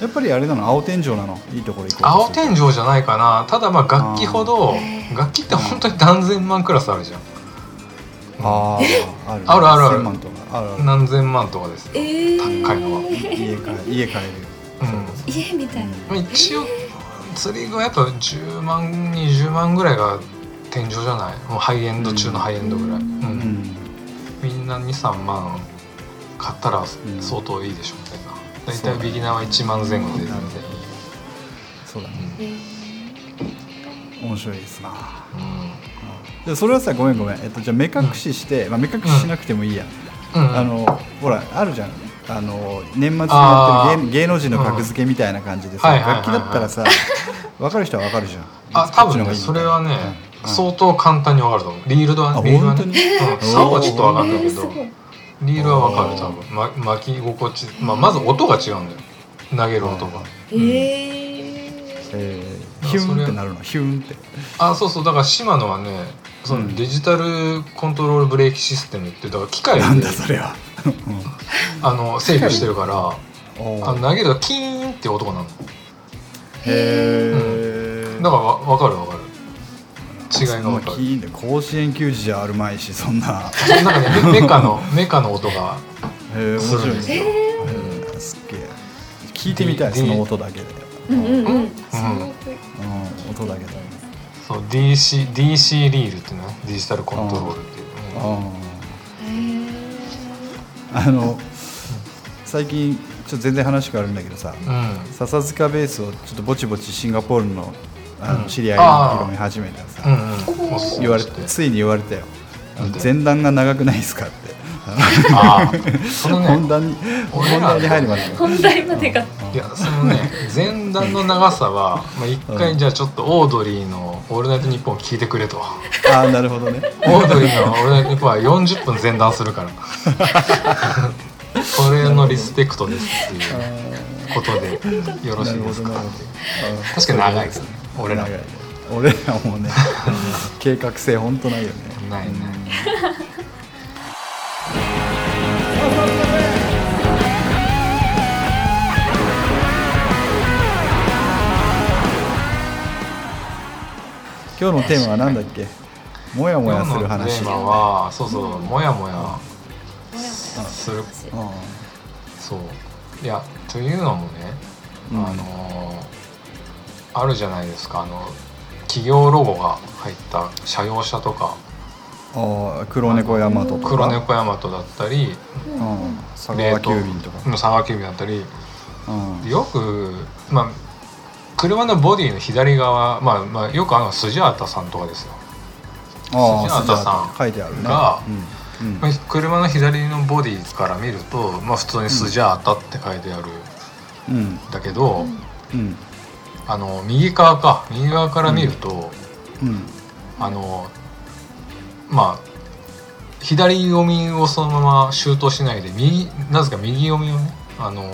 Speaker 2: やっぱりあれなの青天井なのいいところ行こう
Speaker 3: 青
Speaker 2: 井
Speaker 3: 天井じゃないかなただまあ楽器ほど
Speaker 4: うん
Speaker 3: 楽器って本当に何千万クラスあるじゃん
Speaker 2: ああある
Speaker 3: あるあるある
Speaker 2: 1000万とかあるある
Speaker 3: 何千万とかですよ
Speaker 4: ええ
Speaker 3: 高いのは
Speaker 2: 家帰る家帰る
Speaker 3: うん
Speaker 4: 家みたいな、
Speaker 3: まあ、一応釣り具はやっぱ10万20万ぐらいが天井じゃないもうハイエンド中のハイエンドぐらい、うん
Speaker 2: うんうん
Speaker 3: みんな23万買ったら
Speaker 2: ん
Speaker 3: 相当いいでしょみたいな大
Speaker 2: そうだね
Speaker 3: 体ビギナーは1万前後で全然いい、
Speaker 2: そうだね
Speaker 4: ええ
Speaker 2: 面白いですな
Speaker 3: う
Speaker 2: でそれはさごめんごめん、えっと、じゃあ目隠しして、まあ、目隠ししなくてもいいや、
Speaker 3: んうん、
Speaker 2: あのほらあるじゃんあの年末にやってる芸芸能人の格付けみたいな感じでさ、
Speaker 3: うんはいはいはい
Speaker 2: 楽器だったらさ分かる人は分かるじゃん
Speaker 3: あ多分ね
Speaker 2: こ
Speaker 3: そ
Speaker 2: っち
Speaker 3: れ
Speaker 2: の方
Speaker 3: は
Speaker 2: がいいみたい
Speaker 3: ね
Speaker 2: な、うん
Speaker 3: 相当簡単にわかると思うリールド
Speaker 2: あ
Speaker 3: はリールはね、
Speaker 2: 本当
Speaker 3: うん
Speaker 2: に
Speaker 3: 竿はちょっとわかんないけ
Speaker 4: え
Speaker 3: ど
Speaker 4: ーすごい
Speaker 3: リールはわかる多分、ま、巻き心地、まあ、まず音が違うんだよ投げる音が、
Speaker 4: ええ
Speaker 2: えーヒュンってなるのヒュンって
Speaker 3: あそうそうだからシマノはねそうの
Speaker 2: ん
Speaker 3: デジタルコントロールブレーキシステムってだから機械
Speaker 2: なん
Speaker 3: で
Speaker 2: だそれは、
Speaker 3: あの制御してるから
Speaker 2: うん、お
Speaker 3: あ
Speaker 2: ー
Speaker 3: の投げるとキーンって音が鳴るの
Speaker 2: へ
Speaker 3: だ
Speaker 2: え
Speaker 3: からわ分かる分かる違いが分か
Speaker 2: キーンで甲子園球児じゃあるまいしそんな
Speaker 3: るなんかねメメ カのメカの音が
Speaker 2: へえ面白いね
Speaker 3: そう
Speaker 4: え
Speaker 2: うんすっげえ聞いてみたいその音だけで、
Speaker 4: えうんうんうん
Speaker 2: う
Speaker 4: す
Speaker 2: ん、音だけで、
Speaker 3: そう DC, DC リールってねデジタルコントロールっていう、うん
Speaker 2: あ
Speaker 4: ごい
Speaker 2: ー
Speaker 4: へ
Speaker 2: あの最近ちょっと全然話変わるんだけどさ、
Speaker 3: うん
Speaker 2: 笹塚ベースをちょっとぼちぼちシンガポールのあの
Speaker 3: うん
Speaker 2: 知り合いが広め始めたらさ、
Speaker 3: うんうんおすすめして
Speaker 2: 言われてついに言われたよ
Speaker 3: なんて
Speaker 2: 前段が長くないですかって
Speaker 3: ああその
Speaker 2: 本
Speaker 3: ね
Speaker 2: 題に
Speaker 3: 俺
Speaker 2: 本
Speaker 3: ら
Speaker 2: 題に入るまで
Speaker 4: え本題までが
Speaker 3: いやそのね前段の長さはまあ、一回じゃあちょっとオードリーの「オールナイトニッポン」聞いてくれと。
Speaker 2: ああなるほどね
Speaker 3: オードリーの「オールナイトニッポン」は40分前段するから それのリスペクトですっていうことでよろしいですか
Speaker 2: なるほどなる
Speaker 3: 確かに長いですね俺ら
Speaker 2: 長いね俺らも ね計画性本当ないよね
Speaker 3: ないね
Speaker 2: 今日のテーマは何だっけもやもやする
Speaker 3: 今日のテ
Speaker 2: 話
Speaker 3: ーマはそうそうもやもやする
Speaker 2: う
Speaker 3: そういやというのもね、
Speaker 2: うん
Speaker 3: あのあるじゃないですかあの企業ロゴが入った車用車とか
Speaker 2: ん、ああ黒猫ヤマトとか
Speaker 3: 黒猫ヤマトだったり
Speaker 2: うん、佐川急便とか、
Speaker 3: うん佐川急便だったり
Speaker 2: うん
Speaker 3: よくまあ車のボディの左側、まあ、まあよくあのスジャータさんとかですよ
Speaker 2: ああ
Speaker 3: スジャータさん
Speaker 2: 書いてあるね
Speaker 3: が
Speaker 2: うんうん
Speaker 3: まあ車の左のボディから見ると、まあ、普通に「スジャータ」って書いてある
Speaker 2: う
Speaker 3: ん
Speaker 2: ん
Speaker 3: だけど、
Speaker 2: うん
Speaker 3: あの右側か右側から見ると、
Speaker 2: うん
Speaker 3: あのまあ左読みをそのまま周到しないで右なぜか右読みをねあの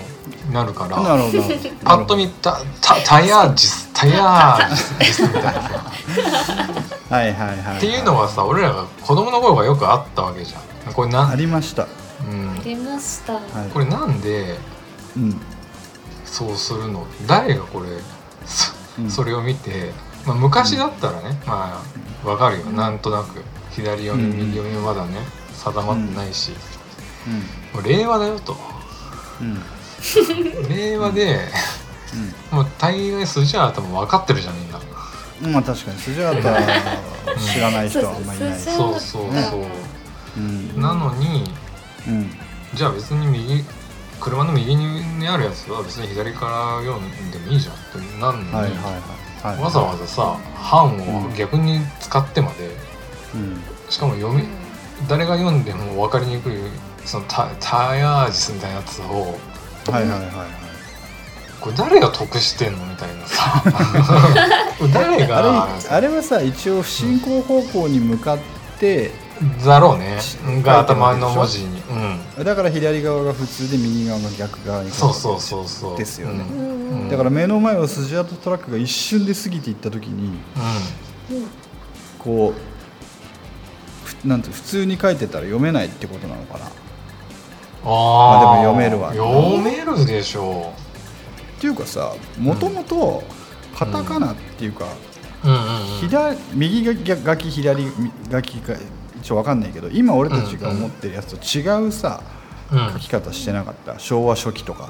Speaker 3: なるから
Speaker 2: なるほどなるほど
Speaker 3: パッと見たたタイヤージスタイ ヤージスジスみたいなさ
Speaker 2: はいはいはい
Speaker 3: っていうのはさ俺らが子供の頃がよくあったわけじゃんこれな
Speaker 2: あ
Speaker 3: ん、
Speaker 2: りました
Speaker 3: うん
Speaker 4: あ、りました、
Speaker 2: はい
Speaker 3: これなんで
Speaker 2: うん
Speaker 3: そうするの誰がこれそ
Speaker 2: うん
Speaker 3: それを見て、まあ、昔だったらね、まあわかるよ
Speaker 4: うん
Speaker 3: なんとなく左読み
Speaker 2: うん
Speaker 3: 右読みまだね定まってないし、
Speaker 2: う
Speaker 3: もう令和だよと
Speaker 2: んうん
Speaker 3: 令和で、もう大概スジャータも分かってるじゃんみんな
Speaker 2: うんまあ確かにスジャータは知らない人はあんまりいない
Speaker 4: そう
Speaker 3: そうそうそう、
Speaker 2: うん
Speaker 3: なのに
Speaker 2: うん
Speaker 3: じゃあ別に右車の右にあるやつは別に左から読んでもいいじゃんってなんのに、
Speaker 2: はいはいはいはい
Speaker 3: わざわざさ版を逆に使ってまで、
Speaker 2: うん
Speaker 3: しかも読
Speaker 4: うん
Speaker 3: み、誰が読んでも分かりにくいそのタタイヤージスみたいなやつを
Speaker 2: はいはいはいはい
Speaker 3: これ誰が得してんのみたい なさ誰が
Speaker 2: あれあれはさ一応進行方向に向かって
Speaker 3: だろうね
Speaker 2: し
Speaker 3: が頭の文字に、うん、
Speaker 2: だから左側が普通で右側が逆側に
Speaker 3: そうそうそうそう
Speaker 2: ですよね
Speaker 3: う
Speaker 4: うんんうん
Speaker 3: うん
Speaker 2: だから目の前をスジャータトラックが一瞬で過ぎていった時に
Speaker 4: うん
Speaker 2: こうふなんて普通に書いてたら読めないってことなのかなっ
Speaker 3: あー
Speaker 2: まあでも読めるわ
Speaker 3: 読めるでしょ
Speaker 2: ていうかさもともとカタカナっていうか、
Speaker 3: う、うんうんうん、
Speaker 2: 左右が逆書き左書きかちょわかんないけど今俺たちが思ってるやつと違うさ、
Speaker 3: うん
Speaker 2: 書き方してなかった昭和初期とか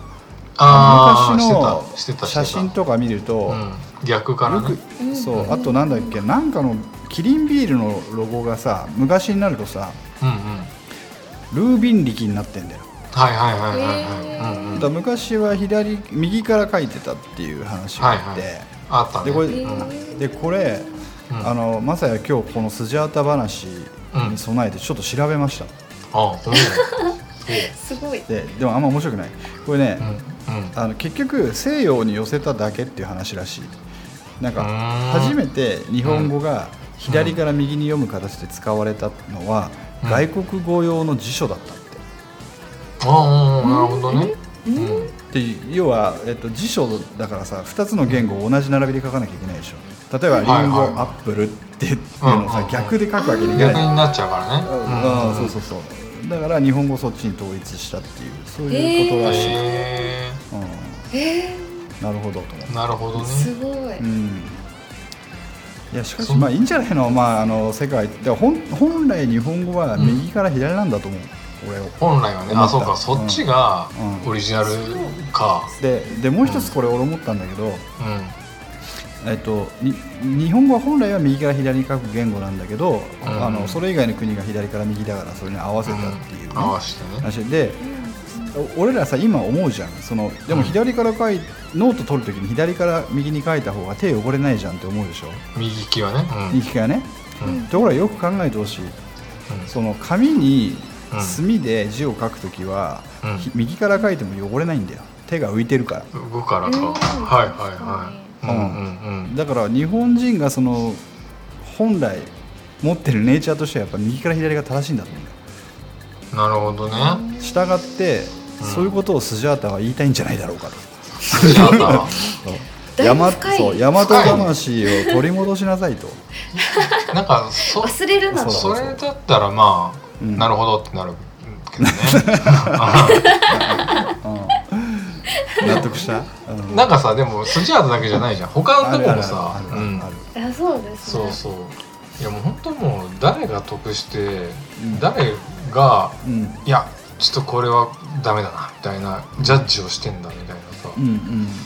Speaker 3: あー
Speaker 2: 昔の
Speaker 3: してたしてたして
Speaker 2: 写
Speaker 3: た
Speaker 2: 真とか見ると、
Speaker 3: うん、逆から
Speaker 2: よ
Speaker 3: ね
Speaker 2: くそう、
Speaker 4: うん
Speaker 2: あとなんだっけなんかのキリンビールのロゴがさ昔になるとさ
Speaker 3: うんうん
Speaker 2: ルービン力になってんだよ
Speaker 3: はいはいはいはいはい、
Speaker 4: へ
Speaker 3: う
Speaker 4: ー
Speaker 3: ん
Speaker 2: だ
Speaker 3: うん
Speaker 2: から昔は左右から書いてたっていう話があって、
Speaker 3: はいあったね
Speaker 2: でこれ、
Speaker 4: へー
Speaker 2: うんでこれ、
Speaker 3: うん
Speaker 2: あのまさや今日このスジャータ話に備えてちょっと調べました、
Speaker 3: あごめん
Speaker 4: すごい
Speaker 2: ででもあんま面白くないこれね、
Speaker 3: うんうん
Speaker 2: あの結局西洋に寄せただけっていう話らしいなんか
Speaker 3: うーん
Speaker 2: 初めて日本語が左から右に読む形で使われたのは
Speaker 3: うん
Speaker 2: 外国語用の辞書だったって
Speaker 3: ああなるほどね
Speaker 4: うん
Speaker 3: うん
Speaker 2: で要は、えっと、辞書だからさ2つの言語を同じ並びで書かなきゃいけないでしょ例えば「リンゴ」
Speaker 3: はいはい
Speaker 2: アップル」っていうのをさ、
Speaker 3: うんうんうん
Speaker 2: 逆で書くわけにいか
Speaker 3: 逆
Speaker 2: ない
Speaker 3: になっちゃうからね
Speaker 2: ああそうそううそうだから日本語そっちに統一したっていうそういうことらしい、
Speaker 3: へ
Speaker 2: う
Speaker 4: え
Speaker 2: ん、なるほどと思って
Speaker 3: えなるほど
Speaker 4: ー、
Speaker 3: ね
Speaker 4: すごい、
Speaker 2: うんいやしかし
Speaker 3: そん
Speaker 2: まあいいんじゃないの,、まあ、あの世界で本本来日本語は右から左なんだと思う、俺を
Speaker 3: 本来は
Speaker 2: 思
Speaker 3: ね
Speaker 2: った
Speaker 3: あそうかそっちが
Speaker 2: うん
Speaker 3: オリジナルか
Speaker 2: ででもう一つこれ俺思ったんだけど、
Speaker 3: うん
Speaker 2: えっと、に日本語は本来は右から左に書く言語なんだけど、
Speaker 3: ん
Speaker 2: あのそれ以外の国が左から右だからそれに合わせたっていうね、
Speaker 3: 合わせてね
Speaker 2: 話でお俺らさ今思うじゃんそのでも左から書いノート取るときに左から右に書いた方が手汚れないじゃんって思うでしょ
Speaker 3: 右利きはねうん
Speaker 2: 右利きがね
Speaker 3: うんうん
Speaker 2: ところがよく考えてほしいその紙に
Speaker 3: うん
Speaker 2: 墨で字を書くときは、
Speaker 3: うん
Speaker 2: ひ右から書いても汚れないんだよ手が浮いてるから
Speaker 3: 動くからか
Speaker 4: うん
Speaker 3: はいはいはいうんうんうん
Speaker 2: だから日本人がその本来持ってるネイチャーとしてはやっぱ右から左が正しいんだと思うんだよ
Speaker 3: なるほどね
Speaker 2: 従って、
Speaker 3: うん
Speaker 2: そういうことをスジャータは言いたいんじゃないだろうかと。
Speaker 3: スジャータは
Speaker 4: だいぶ深い
Speaker 2: そう大和魂を取り戻しなさいと、
Speaker 3: なんかそ
Speaker 4: 忘れるなと
Speaker 2: そう
Speaker 3: それだったらまあ、
Speaker 2: うん
Speaker 3: なるほどってなるけどね
Speaker 2: うん納得した、うん
Speaker 3: なんかさでもスジャータだけじゃないじゃん他のとこもさ
Speaker 2: ある
Speaker 3: う
Speaker 2: ある
Speaker 3: ん
Speaker 2: ある
Speaker 4: あそうですね
Speaker 3: そうそういやもう本当もう誰が得して、
Speaker 2: うん
Speaker 3: 誰が
Speaker 2: あるうん
Speaker 3: いやちょっとこれはダメだなみたいなジャッジをしてんだみたいなさ、
Speaker 2: うんうん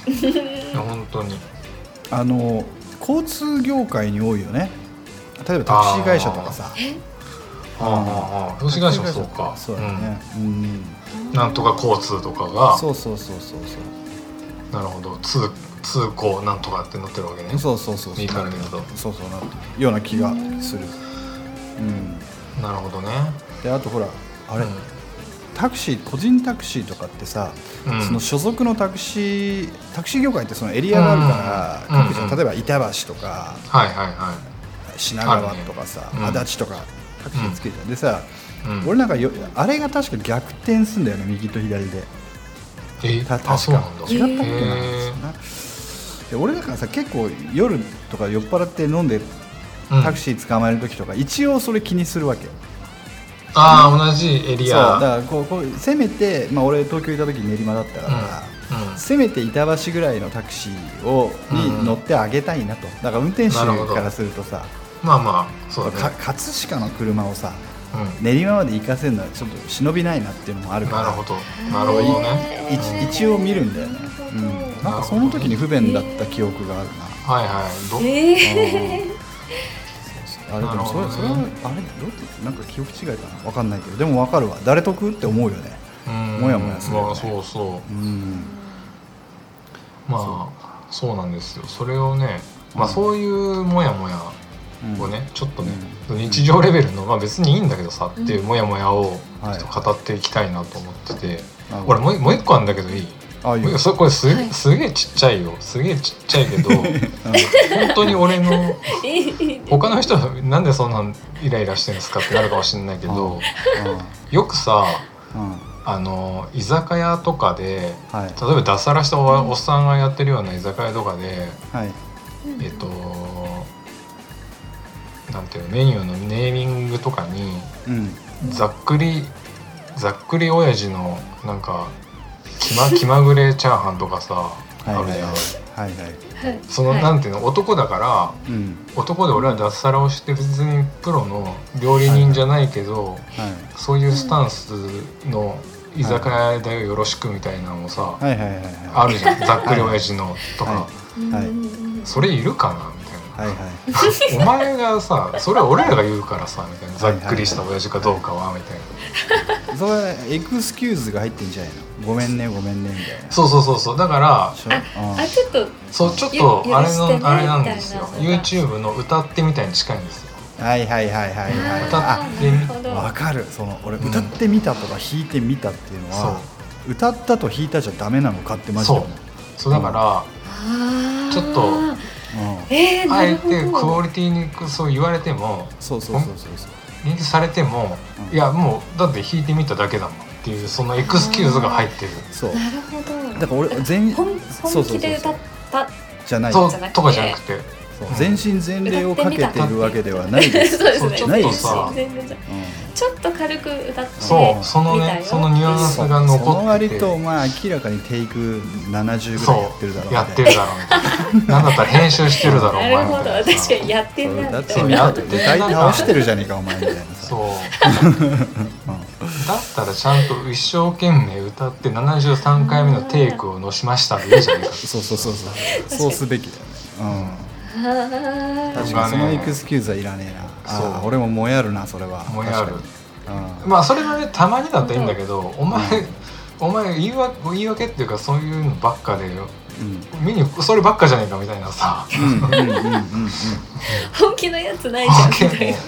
Speaker 3: いや本当に
Speaker 2: あの交通業界に多いよね例えばタクシー会社とかさ
Speaker 4: え
Speaker 3: ああああ都市会社もそうか
Speaker 2: そうだね、うん
Speaker 3: うんなんとか交通とかが
Speaker 2: そうそうそうそうそ
Speaker 3: なるほど通通行なんとかってなってるわけね
Speaker 2: うそうそうそうそう
Speaker 3: 右から見ると
Speaker 2: そうそうなような気がするうん
Speaker 3: なるほどね
Speaker 2: であとほらあ
Speaker 3: あ
Speaker 2: れ、タクシー個人タクシーとかってさ、
Speaker 3: うん
Speaker 2: その所属のタクシータクシー業界ってそのエリアがあるから、
Speaker 3: うん
Speaker 2: 各地の
Speaker 3: うんうん
Speaker 2: 例えば板橋とか
Speaker 3: はいはいはい
Speaker 2: 品川とかさ、
Speaker 3: あるねうん
Speaker 2: 足立とかタクシーつけるじゃんでさ、
Speaker 3: うん
Speaker 2: 俺なんかよあれが確か逆転すんだよね右と左で
Speaker 3: え
Speaker 2: た
Speaker 3: あそう
Speaker 2: 確か
Speaker 3: なんだ
Speaker 2: 違ったっけな
Speaker 3: へー
Speaker 2: なんかで俺だからさ結構夜とか酔っ払って飲んで
Speaker 3: うん
Speaker 2: タクシー捕まえる時とか、一応それ気にするわけ
Speaker 3: ああ同じエ
Speaker 2: そう
Speaker 3: リ
Speaker 2: だか
Speaker 3: ア
Speaker 2: らこうこうせめて、まあ、俺東京いた時練馬だったから、
Speaker 3: うん
Speaker 2: せめて板橋ぐらいのタクシーを
Speaker 3: う
Speaker 2: に
Speaker 3: ん
Speaker 2: 乗ってあげたいなとだから運転手
Speaker 3: なるほど
Speaker 2: からするとさ
Speaker 3: まあまあそうだ
Speaker 2: か
Speaker 3: ね
Speaker 2: 葛飾の車をさ
Speaker 3: うん
Speaker 2: 練馬まで行かせるのはちょっと忍びないなっていうのもあるから
Speaker 3: なるほどなるほどね
Speaker 2: い一応見るんだよね、うん、なんかその時に不便だった記憶がある な
Speaker 3: はいはいど
Speaker 4: ええ
Speaker 2: あれでもそ
Speaker 3: な
Speaker 2: れ
Speaker 3: る
Speaker 2: そ
Speaker 3: ほ
Speaker 2: れ
Speaker 3: ど
Speaker 2: は
Speaker 3: ね
Speaker 2: あれどうやってなんか記憶違いかなわかんないけどでもわかるわ誰得って思うよね
Speaker 3: うん
Speaker 2: もやもやするよね
Speaker 3: まあそうそう
Speaker 2: うん
Speaker 3: まあそうなんですよそれをね、まあ、
Speaker 2: うん
Speaker 3: そういうモヤモヤ
Speaker 2: うん
Speaker 3: をね、ちょっとね、日常レベルの、まあ、別にいいんだけどさ、っていうモヤモヤをちょっと語っていきたいなと思ってて、
Speaker 2: なるほ
Speaker 3: 俺
Speaker 2: ど
Speaker 3: もうもう一個あるんだけどいい
Speaker 2: ああいう
Speaker 3: もう一個それこれす,、
Speaker 4: はい
Speaker 3: すげえちっちゃいよすげえちっちゃいけ ど本当に俺の
Speaker 4: ー。
Speaker 3: 他の人はなんでそんなんイライラしてるんですかってなるかもしれないけどよくさ
Speaker 2: うんうん
Speaker 3: あの居酒屋とかで
Speaker 2: はい
Speaker 3: 例えば脱サラしたおおっさんがやってるような居酒屋とかで、
Speaker 2: はい
Speaker 3: えっとなんていうのメニューのネーミングとかに
Speaker 2: うん
Speaker 3: ざっくりざっくり親父のなんか気ま 気まぐれチャーハンとかさ
Speaker 2: はい
Speaker 3: あ
Speaker 2: はい
Speaker 3: る
Speaker 2: は
Speaker 3: じ
Speaker 2: い
Speaker 3: ゃん。
Speaker 2: はいはい
Speaker 4: はい
Speaker 3: その、
Speaker 4: はい
Speaker 3: なんていうの男だか
Speaker 2: うん
Speaker 3: ら男で俺は脱サラをして別にプロの料理人じゃないけど、
Speaker 2: はい
Speaker 3: そういうスタンスの居酒屋だよよろしくみたいなのもさ、
Speaker 2: はいはいはい
Speaker 3: あるじ ゃんざっくり親父のとか、
Speaker 2: は
Speaker 4: うん
Speaker 2: はい
Speaker 4: うん
Speaker 3: それいるかなみ
Speaker 2: は
Speaker 3: たいな。
Speaker 2: いはいはい
Speaker 3: お前がさそれは俺らが言うからさみたいなざっくりした親父かどうかはみたいな
Speaker 2: それはエクスキューズが入ってんじゃないのごめんねごめんねみたいな
Speaker 3: そうそうそうそうだから
Speaker 2: しょ
Speaker 4: あ、あ、ちょっと、
Speaker 3: そうちょっ
Speaker 4: よ
Speaker 3: とあれ
Speaker 4: 許してね
Speaker 3: のあれなんですよ
Speaker 4: みたいな
Speaker 3: YouTube の歌ってみたいに近いんですよ
Speaker 2: うんはいはいはいはいはい
Speaker 3: 歌ってみ
Speaker 4: あーなるほど
Speaker 2: あわかるその俺
Speaker 3: うん
Speaker 2: 歌ってみたとか弾いてみたっていうのは、歌ったと弾いたじゃダメなのかってマジで思う
Speaker 3: そうだから、
Speaker 4: あー
Speaker 3: ちょっと
Speaker 2: うん
Speaker 4: えー、
Speaker 3: あ
Speaker 4: な
Speaker 3: え
Speaker 4: るほ
Speaker 3: て
Speaker 4: ど。
Speaker 3: クオリティにそう言われても
Speaker 2: そうそうそうそうそう
Speaker 3: リンクされても、
Speaker 2: うん
Speaker 3: いやもうだって弾いてみただけだもんっていうそのエクスキューズが入ってる
Speaker 2: そう
Speaker 4: なるほど。
Speaker 2: だから俺全
Speaker 4: 本
Speaker 2: そう
Speaker 4: 本
Speaker 2: そうそう
Speaker 4: 気で歌った
Speaker 2: じゃない
Speaker 3: そう
Speaker 2: そ
Speaker 4: じゃなくて
Speaker 3: とかじゃなくて
Speaker 2: う全身全霊をかけてるわけではないです、
Speaker 4: そうです
Speaker 3: そう
Speaker 4: ね
Speaker 3: ちょ
Speaker 2: ない
Speaker 3: っとさ
Speaker 4: 全然じゃない
Speaker 2: うん
Speaker 4: ちょっと軽く歌って
Speaker 3: そう、
Speaker 2: ね
Speaker 3: その
Speaker 4: 見た
Speaker 3: ね
Speaker 4: よ
Speaker 3: そのニュアンス
Speaker 2: そ
Speaker 3: が
Speaker 2: その
Speaker 3: 残って
Speaker 2: 割
Speaker 3: て
Speaker 2: とまあ明らかにテイク70ぐらいやってるだろ
Speaker 3: そうう
Speaker 2: ね
Speaker 3: やってるだろうみたいななんだったら編集してるだろうお
Speaker 4: な
Speaker 3: 前
Speaker 4: る
Speaker 3: み
Speaker 4: ほど
Speaker 3: たいな
Speaker 4: 確かにやってん
Speaker 2: そう
Speaker 4: な
Speaker 2: だっ
Speaker 4: み
Speaker 2: て
Speaker 4: たい
Speaker 3: そうや
Speaker 4: な
Speaker 2: だっ
Speaker 3: ってて
Speaker 2: 歌い倒してるじゃねえかお前みたいなさ
Speaker 3: そう
Speaker 2: うん
Speaker 3: だったらちゃんと一生懸命歌って73回目のテイクをのしましたでいいじゃないか
Speaker 2: そうそうそうそうそうすべきだよね、うん、
Speaker 4: あ
Speaker 2: 確かにそのエクスキューズはいらねえなあ
Speaker 3: そ
Speaker 2: ー
Speaker 3: う
Speaker 2: 俺ももやるなそれは
Speaker 3: もやる
Speaker 2: 確かにうん
Speaker 3: まあそれがねたまにだったらいいんだけどお前、
Speaker 2: うん
Speaker 3: お前言い訳言い訳っていうかそういうのばっかで
Speaker 2: うん
Speaker 3: 見にそればっかじゃねえかみたいなさ
Speaker 2: うんうんうんうんうん
Speaker 4: ー本気のやつないじゃんみたいな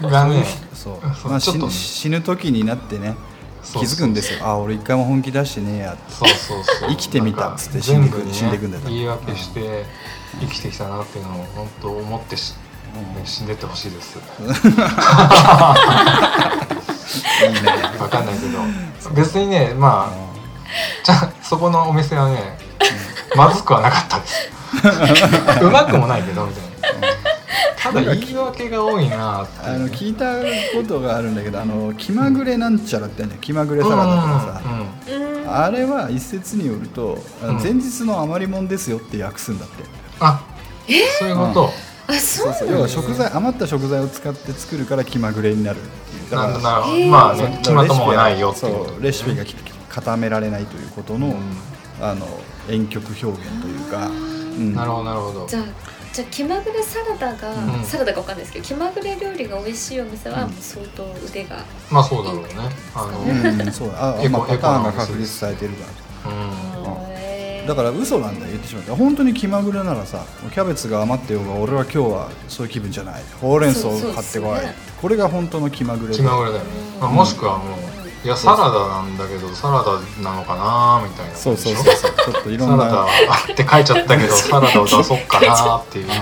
Speaker 2: そう
Speaker 3: がね
Speaker 2: そう
Speaker 3: そう
Speaker 2: まあ
Speaker 3: ちょっと
Speaker 2: 死ぬ死ぬ時になってね気
Speaker 3: そうそう
Speaker 2: づくんですよあー俺一回も本気出してねえやって
Speaker 3: そうそうそう
Speaker 2: 生きてみたっつって死ん
Speaker 3: 全
Speaker 2: で
Speaker 3: 部
Speaker 2: く
Speaker 3: にね
Speaker 2: 死んでくんだよ
Speaker 3: 言い訳して生きてきたなっていうのを本当思ってし、
Speaker 2: うん
Speaker 3: ね、死んでってほしいです
Speaker 2: いいね
Speaker 3: わかんないけど別にねまあじゃあそこのお店はねまずくはなかったです うまくもないけどみたいなただ言い訳が多いなって
Speaker 2: あの聞いたことがあるんだけどあの気まぐれなんちゃらってあるんだよ気まぐれサラダとか
Speaker 3: うん
Speaker 2: さ
Speaker 3: うんうん
Speaker 4: うん
Speaker 2: あれは一説によるとあの
Speaker 3: うん
Speaker 2: 前日の余りもんですよって訳すんだって
Speaker 3: あそういうこと、
Speaker 4: あそ
Speaker 2: そう
Speaker 4: う
Speaker 2: そう要は食材余った食材を使って作るから気まぐれになるっていうだか
Speaker 3: な
Speaker 2: ら
Speaker 3: んだなら、
Speaker 4: へー
Speaker 3: まあ
Speaker 2: そう
Speaker 3: ね決まったもんがないよっていうこと
Speaker 2: そうレシピがき固められないということの,、あの遠曲表現というか、うん
Speaker 3: なるほどなるほど
Speaker 4: じゃあじゃあ気まぐれサラダが、
Speaker 3: うん
Speaker 4: サラダかわかんないですけど気まぐれ料理が美味しいお店は
Speaker 2: うん
Speaker 4: 相当腕が、
Speaker 3: まあそうだろうねあの、うん
Speaker 2: うんそう あ
Speaker 3: エ
Speaker 2: ま
Speaker 3: コ
Speaker 2: あ、パターンが
Speaker 3: エコなお店
Speaker 2: 確
Speaker 3: で
Speaker 2: 立
Speaker 3: す
Speaker 2: されてるから
Speaker 4: へー
Speaker 2: だから嘘なんだよ言ってしまったら本当に気まぐれならさキャベツが余ってようが俺は今日はそういう気分じゃないほうれん草を買ってこい、
Speaker 4: そうそうそう
Speaker 2: これが本当の気まぐれ
Speaker 3: 気まぐれだよね、まあ、もしくはもういやサラダなんだけどサラダなのかなみたいな
Speaker 2: そうそうそうそうちょっとい
Speaker 3: サ
Speaker 2: ろん
Speaker 3: ラ
Speaker 2: な
Speaker 3: ダって書いちゃったけ どサラダを出そうかなっていうって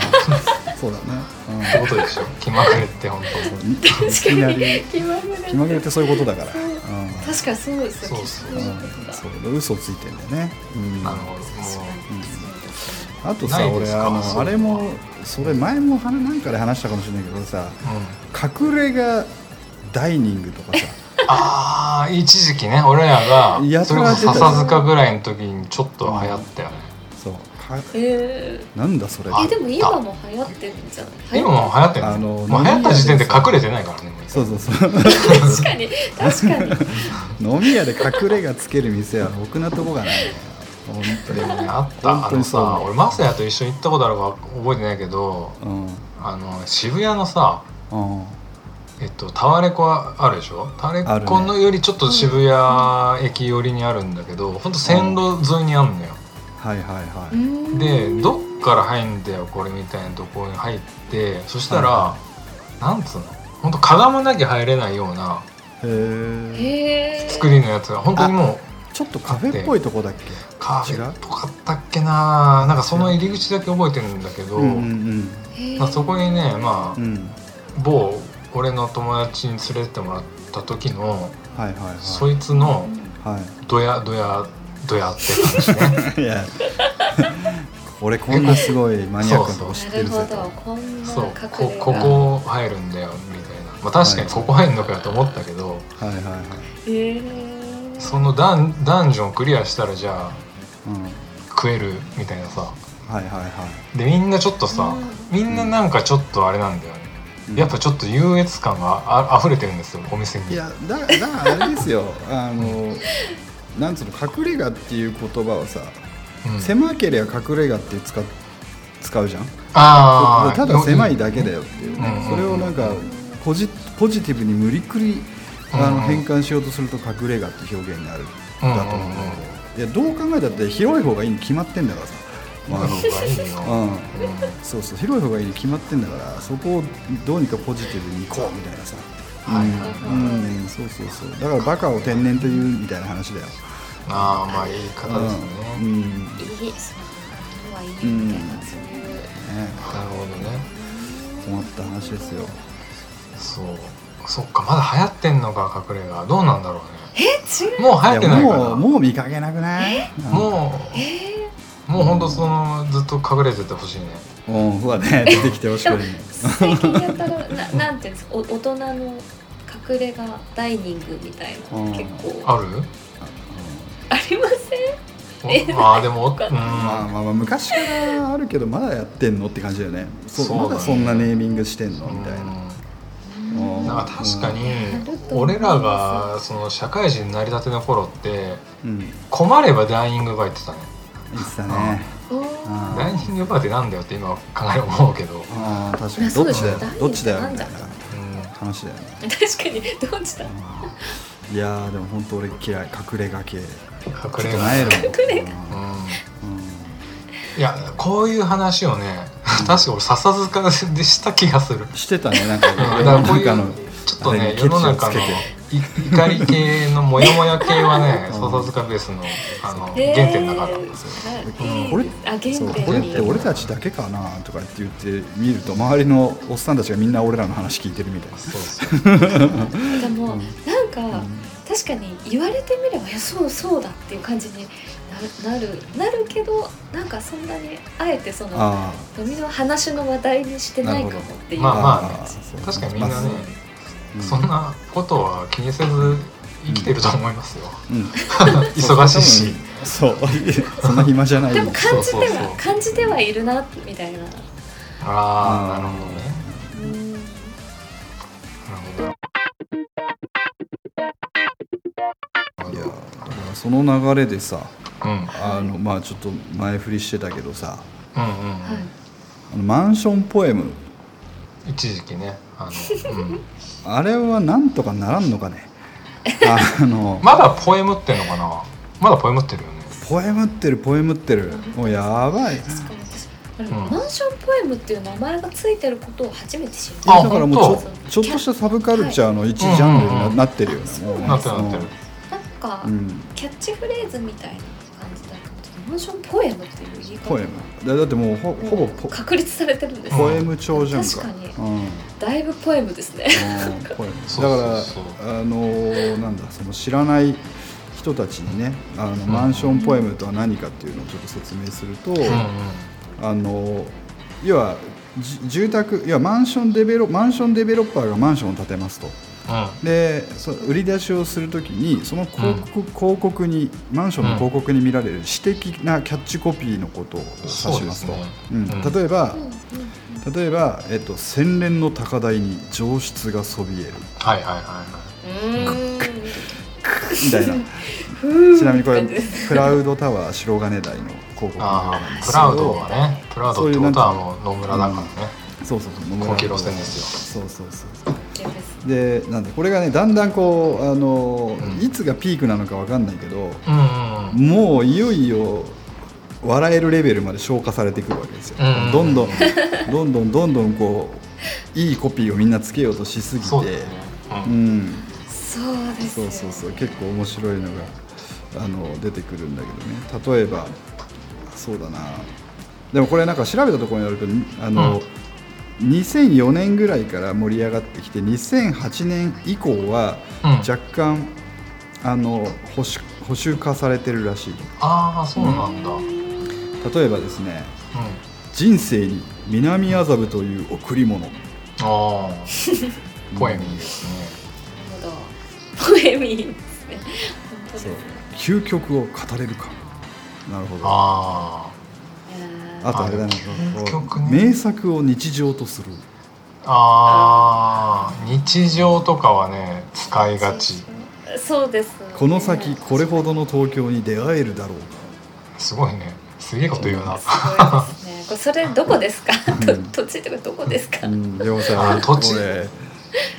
Speaker 2: そうだね、
Speaker 3: ことでしょ気まぐれって本当
Speaker 2: うん、い
Speaker 4: 確
Speaker 2: きな
Speaker 4: か
Speaker 2: り
Speaker 4: に気まぐれ
Speaker 2: 気まぐれってそういうことだから、うん、
Speaker 4: 確かにそうですよ
Speaker 3: そうそう
Speaker 4: きっということだ
Speaker 2: そうで嘘ついてんだよね、うん、
Speaker 3: なるほども
Speaker 4: 確
Speaker 3: う
Speaker 4: かに
Speaker 2: うん
Speaker 4: そうですね
Speaker 2: あと
Speaker 3: な
Speaker 2: さ
Speaker 3: いで
Speaker 2: 俺
Speaker 3: すか
Speaker 2: あ
Speaker 3: そう
Speaker 2: のあれもそれ前もはなんかで話したかもしれないけどさ
Speaker 3: うん
Speaker 2: 隠れ家ダイニングと かさ
Speaker 3: ああ一時期ね俺らが
Speaker 2: やた
Speaker 3: それこ
Speaker 2: ら
Speaker 3: そ
Speaker 2: 出た
Speaker 3: 笹塚ぐらいの時にちょっと流行ったよね
Speaker 2: そうか
Speaker 4: え
Speaker 2: なんだそれ
Speaker 4: ーえでも今も流行ってるんじゃない
Speaker 3: 今も流行ってる
Speaker 2: あの
Speaker 3: もう流行った時点で隠れてないからねもう
Speaker 2: そうそうそう
Speaker 4: 確かに確かに
Speaker 2: 飲み屋で隠れ家つける店は僕のとこがないね本当に
Speaker 3: でもねあった
Speaker 2: 本
Speaker 3: あ
Speaker 2: 当
Speaker 3: の
Speaker 2: にそう
Speaker 3: さ俺マサヤと一緒に行ったことあるか覚えてないけど
Speaker 2: うん
Speaker 3: あの渋谷のさ
Speaker 2: うん
Speaker 3: えっと、タワレコはあるでしょタワレ
Speaker 2: あるね
Speaker 3: コのよりちょっと渋谷駅寄りにあるんだけど、ほんと線路沿いにあんのよ、
Speaker 2: はいはいは
Speaker 4: う
Speaker 2: い
Speaker 4: ーん
Speaker 3: でどっから入んだよこれみたいなところに入ってそしたら、
Speaker 2: は
Speaker 3: なんつうのほんとかがまなきゃ入れないような
Speaker 2: へえ
Speaker 4: へえ
Speaker 3: 作りのやつが本当にもう
Speaker 2: ちょっとカフェっぽいとこだっけ
Speaker 3: カフェ
Speaker 2: 違
Speaker 3: っ
Speaker 2: う
Speaker 3: ぽかったっけななんかその入り口だけ覚えてるんだけど、
Speaker 2: うんうん
Speaker 3: まあ、そこにねま
Speaker 2: うんうん
Speaker 3: あ某俺の友達に連れてってもらった時の
Speaker 2: はいはいはい
Speaker 3: そいつの
Speaker 2: は
Speaker 3: ドヤドヤドヤって感じね。
Speaker 2: い いや俺こんなすごいマニアックなとこ知っ
Speaker 4: な
Speaker 2: て
Speaker 4: る
Speaker 2: る
Speaker 4: ほ
Speaker 2: ぜ
Speaker 4: ど
Speaker 2: と
Speaker 4: こん な
Speaker 3: そう
Speaker 4: 隠
Speaker 3: こ
Speaker 4: れ
Speaker 3: こ
Speaker 4: 家
Speaker 3: こ入るんだよみたいな、まあ、確かにここ入るのかよと思ったけど
Speaker 2: はいはいはい
Speaker 4: へえ
Speaker 3: そのダンダンジョンクリアしたらじゃあ
Speaker 2: うん
Speaker 3: 食えるみたいなさ
Speaker 2: はいはいは
Speaker 3: でみんなちょっとさ
Speaker 4: う
Speaker 3: みんななんかちょっとあれなんだよね
Speaker 2: い
Speaker 3: やっぱちょっと優越感があ溢れてるんですよお店
Speaker 2: い
Speaker 3: に
Speaker 2: やだだからあれですよ あのなんつうの隠れ家っていう言葉はさ、
Speaker 3: うん
Speaker 2: 狭ければ隠れ家って使っ使うじゃん
Speaker 3: ああ
Speaker 2: ただ狭いだけだよっていう、
Speaker 3: うん
Speaker 2: それをなんかポジポジティブに無理くりあの変換しようとすると隠れ家って表現になる
Speaker 3: うんうん
Speaker 2: だと思うんだけど、いやどう考えたって広い方がいいに決まってんだからさ、
Speaker 3: うん
Speaker 2: まあ
Speaker 3: うんいいよ
Speaker 2: あのうん、そうそう広い方がいいに決まってんだからそこをどうにかポジティブにいこうみたいなさ、
Speaker 3: はい
Speaker 2: うん、そうそうそうだからバカを天然というみたいな話だよ、
Speaker 3: ああまあいい方です
Speaker 2: うんう
Speaker 3: ね
Speaker 2: ん
Speaker 4: いいそういうのはいいみた
Speaker 2: ね
Speaker 4: いなそういう
Speaker 3: なるほどね
Speaker 2: 困った話ですよ
Speaker 3: そうそっかまだ流行ってんのか隠れ家どうなんだろうね
Speaker 4: え違う
Speaker 3: もう流行ってないか
Speaker 2: も
Speaker 3: な
Speaker 2: うもう見かけなくない
Speaker 3: もう、もう本当そのずっと隠れててほしいね。
Speaker 2: う、うん、ふわね出てきてほし くない
Speaker 4: 最近やったらななんていうんですかお大人の隠れ家ダイニングみたいな、
Speaker 2: うん
Speaker 4: 結構
Speaker 3: あ
Speaker 4: あ
Speaker 3: る？
Speaker 4: りませんえ
Speaker 3: おまあでも、うん、
Speaker 4: ない
Speaker 2: まあ
Speaker 3: ま
Speaker 2: まあまあ昔からあるけどまだやってんのって感じだよねそう
Speaker 3: そうだね
Speaker 2: まだそんなネーミングしてんのみたいなうん
Speaker 3: なんか確かに
Speaker 4: んやると思います
Speaker 3: 俺らがその社会人になりたての頃って
Speaker 2: うんいい
Speaker 3: 困ればダイニングバー行ってたね。
Speaker 2: っすよね
Speaker 4: おー
Speaker 2: あ
Speaker 3: ダイニングバーってなんだよって今考えれば思うけど、うん、
Speaker 2: あー確かにど
Speaker 4: そう
Speaker 2: っ
Speaker 4: で
Speaker 2: ち
Speaker 4: す
Speaker 2: だ
Speaker 4: よ
Speaker 2: よどっちだよ
Speaker 4: ダイニング
Speaker 2: み
Speaker 4: って
Speaker 2: た
Speaker 4: ないん
Speaker 2: な
Speaker 4: だ
Speaker 2: 話だよね
Speaker 4: 確かにどうした
Speaker 2: いやーでも本当俺嫌い隠れ家系ちょ
Speaker 3: 隠
Speaker 2: っ
Speaker 3: れ
Speaker 2: となえ
Speaker 3: 家。
Speaker 2: るもん
Speaker 4: 隠れ家
Speaker 3: うん
Speaker 2: うんうん
Speaker 3: いやこういう話をね、 確か俺笹塚でした気がする。
Speaker 2: してたねなんか
Speaker 3: うん
Speaker 2: 世
Speaker 3: だ
Speaker 2: の
Speaker 3: からこういう
Speaker 2: 中の
Speaker 3: ちょっと
Speaker 2: あれ
Speaker 3: ね
Speaker 2: にケチ
Speaker 3: 世
Speaker 2: を
Speaker 3: の中
Speaker 2: つけ
Speaker 3: の
Speaker 2: て
Speaker 3: い怒り系のモヤモヤ系はね
Speaker 2: うん
Speaker 3: 笹塚ベースのあの
Speaker 4: えー
Speaker 3: 原点だから、
Speaker 4: あいい
Speaker 2: これ
Speaker 4: あ原
Speaker 2: そう
Speaker 4: 点
Speaker 2: これっ
Speaker 4: に
Speaker 2: て俺たちだけかなとかって言ってみると周りのおっさんたちがみんな俺らの話聞いてるみたいな
Speaker 3: そうそう
Speaker 4: でも、
Speaker 2: うん
Speaker 4: なんか、確かに言われてみればいやそうそうだっていう感じにななるなるけどなんかそんなにあえてその
Speaker 2: あ
Speaker 4: 飲みの話の話題にしてないかもっていう
Speaker 3: なるほどまあ
Speaker 2: あー
Speaker 3: 確かにみんなね、
Speaker 2: うん
Speaker 3: そんなことは気にせず生きてると思いますよ、
Speaker 2: うん
Speaker 3: 忙しいし
Speaker 2: そう 多分そうそんな暇じゃない
Speaker 4: でも感じては
Speaker 3: そうそうそう
Speaker 4: 感じてはいるなみたいな。
Speaker 3: ああ
Speaker 2: うん
Speaker 3: なるほどね
Speaker 4: うん
Speaker 2: い
Speaker 3: なるほど
Speaker 2: やだからその流れでさ
Speaker 3: うんうんうん
Speaker 2: あのまあちょっと前振りしてたけどさ
Speaker 3: うん、
Speaker 4: はい
Speaker 2: あのマンションポエム
Speaker 3: 一時期ねあの、うん、
Speaker 2: あれはなんとかならんのか ねあの
Speaker 3: まだポエムってんのかなまだポエムってるよね
Speaker 2: ポエムってるポエムってるもうやばい
Speaker 4: 確かに私あれ
Speaker 3: うん
Speaker 4: マンションポエムっていう名前がついてることを初めて知り
Speaker 2: い
Speaker 4: ま
Speaker 2: や
Speaker 3: あ
Speaker 2: だからもう
Speaker 3: 本
Speaker 2: ち
Speaker 4: 当
Speaker 2: ょちょっとしたサブカルチャーの一ジャンルに
Speaker 3: はい
Speaker 2: な
Speaker 3: うん
Speaker 2: なってるよね、もう
Speaker 3: なってるなってる
Speaker 4: したなんか、
Speaker 2: うん
Speaker 4: キャッチフレーズみたいな感じだったんですけどマンションポエムっていう言い方
Speaker 2: ポエムだだってもうほほぼポ
Speaker 4: 確立されてるんです
Speaker 2: ポエム調じゃんか
Speaker 4: 確かに
Speaker 2: うん
Speaker 4: だいぶポエムですね
Speaker 2: うんポエム
Speaker 3: そ
Speaker 2: だ
Speaker 3: う
Speaker 2: か
Speaker 3: そうそ
Speaker 2: らあのーなんだその知らない人たちにねあのマンションポエムとは何かっていうのをちょっと説明すると、
Speaker 3: うんうん
Speaker 2: あの要はじ住宅要はマンションデベロマンションデベロッパーがマンションを建てますとでそ売り出しをするときにその広告,、広告にマンションの広告に見られる私的なキャッチコピーのことを指しますと
Speaker 3: そうですね
Speaker 2: うん
Speaker 3: うん
Speaker 2: 例えば
Speaker 4: うんうん
Speaker 2: 例えば、えっと、洗練の高台に上質がそびえる
Speaker 3: はいはいはいは
Speaker 4: うんう
Speaker 2: み たいな
Speaker 4: ーん
Speaker 2: ちなみにこれ
Speaker 4: って感じです
Speaker 2: クラウドタワー白金台の広告
Speaker 3: いああ
Speaker 2: です
Speaker 3: クラウドはねクラウドってことはもう野村だからね
Speaker 2: そうそうそう野
Speaker 3: 高級路線です
Speaker 2: そうそうそう
Speaker 4: いや別に
Speaker 2: でなんでこれがねだんだんこうあの、
Speaker 3: うん
Speaker 2: いつがピークなのかわかんないけど、
Speaker 3: ようんうん
Speaker 2: もういよいよ笑えるレベルまで消化されてくるわけですよ、
Speaker 3: うん
Speaker 2: どんどんどんどんどんどんこういいコピーをみんなつけようとしすぎて
Speaker 3: そうだよねう
Speaker 2: うんん、
Speaker 4: そうです
Speaker 2: そ
Speaker 4: よ
Speaker 2: うそうそう結構面白いのがあの出てくるんだけどね例えばそうだなでもこれなんか調べたところによるとあの、2004年ぐらいから盛り上がってきて2008年以降は
Speaker 3: うん
Speaker 2: 若干、あの保守保守化されてるらしい
Speaker 3: ああそうなんだうん
Speaker 2: 例えばですね人生に南麻布という贈り物
Speaker 3: ああポエミーですね
Speaker 4: なるほどポエミーですね本当です
Speaker 2: そう
Speaker 4: ね
Speaker 2: 究極を語れるかなるほど
Speaker 3: ああ
Speaker 4: いやー
Speaker 2: あとあれだね
Speaker 3: あ
Speaker 2: こう
Speaker 3: 究極ね
Speaker 2: 名作を日常とする
Speaker 3: あー日常とかはね使いがち
Speaker 4: そうですね、
Speaker 2: この先これほどの東京に出会えるだろう
Speaker 3: すごいねすげえこと言うな
Speaker 4: すごいですねこれそれどこですかと土地とかどこですか、
Speaker 2: か、うん、でもさ
Speaker 3: あ土地
Speaker 2: これ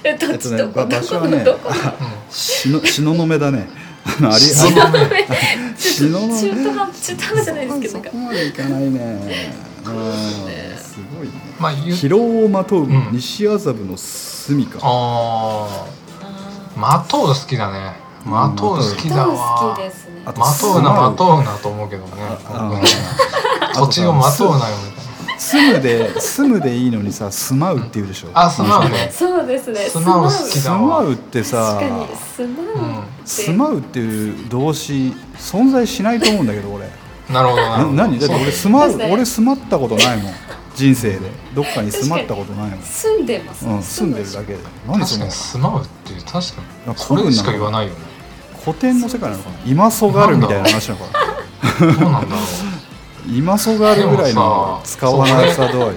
Speaker 4: え土
Speaker 2: えっと
Speaker 4: 地
Speaker 2: ね
Speaker 4: どこ、
Speaker 2: ば場所
Speaker 4: ど
Speaker 2: は
Speaker 4: こ
Speaker 2: ね
Speaker 4: のどこ
Speaker 2: しのしののめだねあのあり
Speaker 3: そ
Speaker 2: あ
Speaker 3: のね
Speaker 2: りしののめ
Speaker 4: 中途半端中途半端じゃないですけど
Speaker 2: そ
Speaker 4: なん
Speaker 2: こ
Speaker 4: か
Speaker 2: までいかないねうんすごいね
Speaker 3: まあ言
Speaker 2: 疲
Speaker 3: う
Speaker 2: 労をまとう
Speaker 3: うん
Speaker 2: 西麻布の住みか、
Speaker 3: あ
Speaker 4: あ
Speaker 3: ーまとう好きだねまとう好き
Speaker 4: ー
Speaker 3: だ
Speaker 4: どう好
Speaker 3: わ
Speaker 4: きですね
Speaker 2: あと
Speaker 3: まとうな
Speaker 2: すま
Speaker 3: まとうなと思うけどね
Speaker 2: あ
Speaker 3: 僕ね土地をまとうなよみたいな
Speaker 2: 住むで住むでいいのにさ住まうっていうでしょ
Speaker 3: あ住まうね
Speaker 4: そうですね
Speaker 3: 素直好き
Speaker 4: 素
Speaker 3: だ
Speaker 2: 住まうってさ
Speaker 4: 確かに住まうって、
Speaker 2: 住まうっていう動詞存在しないと思うんだけど俺
Speaker 3: なるほどなる
Speaker 2: な
Speaker 3: ほど
Speaker 2: 何だって
Speaker 3: そう
Speaker 2: 俺住まう
Speaker 4: そうだね
Speaker 2: 俺住まったことないもん人 生でどっかに住まったことないもん、
Speaker 4: 住んでます、
Speaker 2: うん、住んでるだけで何
Speaker 3: 確
Speaker 2: その
Speaker 3: かに住まうって確か
Speaker 2: なんか
Speaker 3: にそれしか言わないよね
Speaker 2: 古典の世界なのかな今そがるみたいな話なのか な
Speaker 3: どうなんだろう
Speaker 2: 今そがるぐらいの使わなさ度合い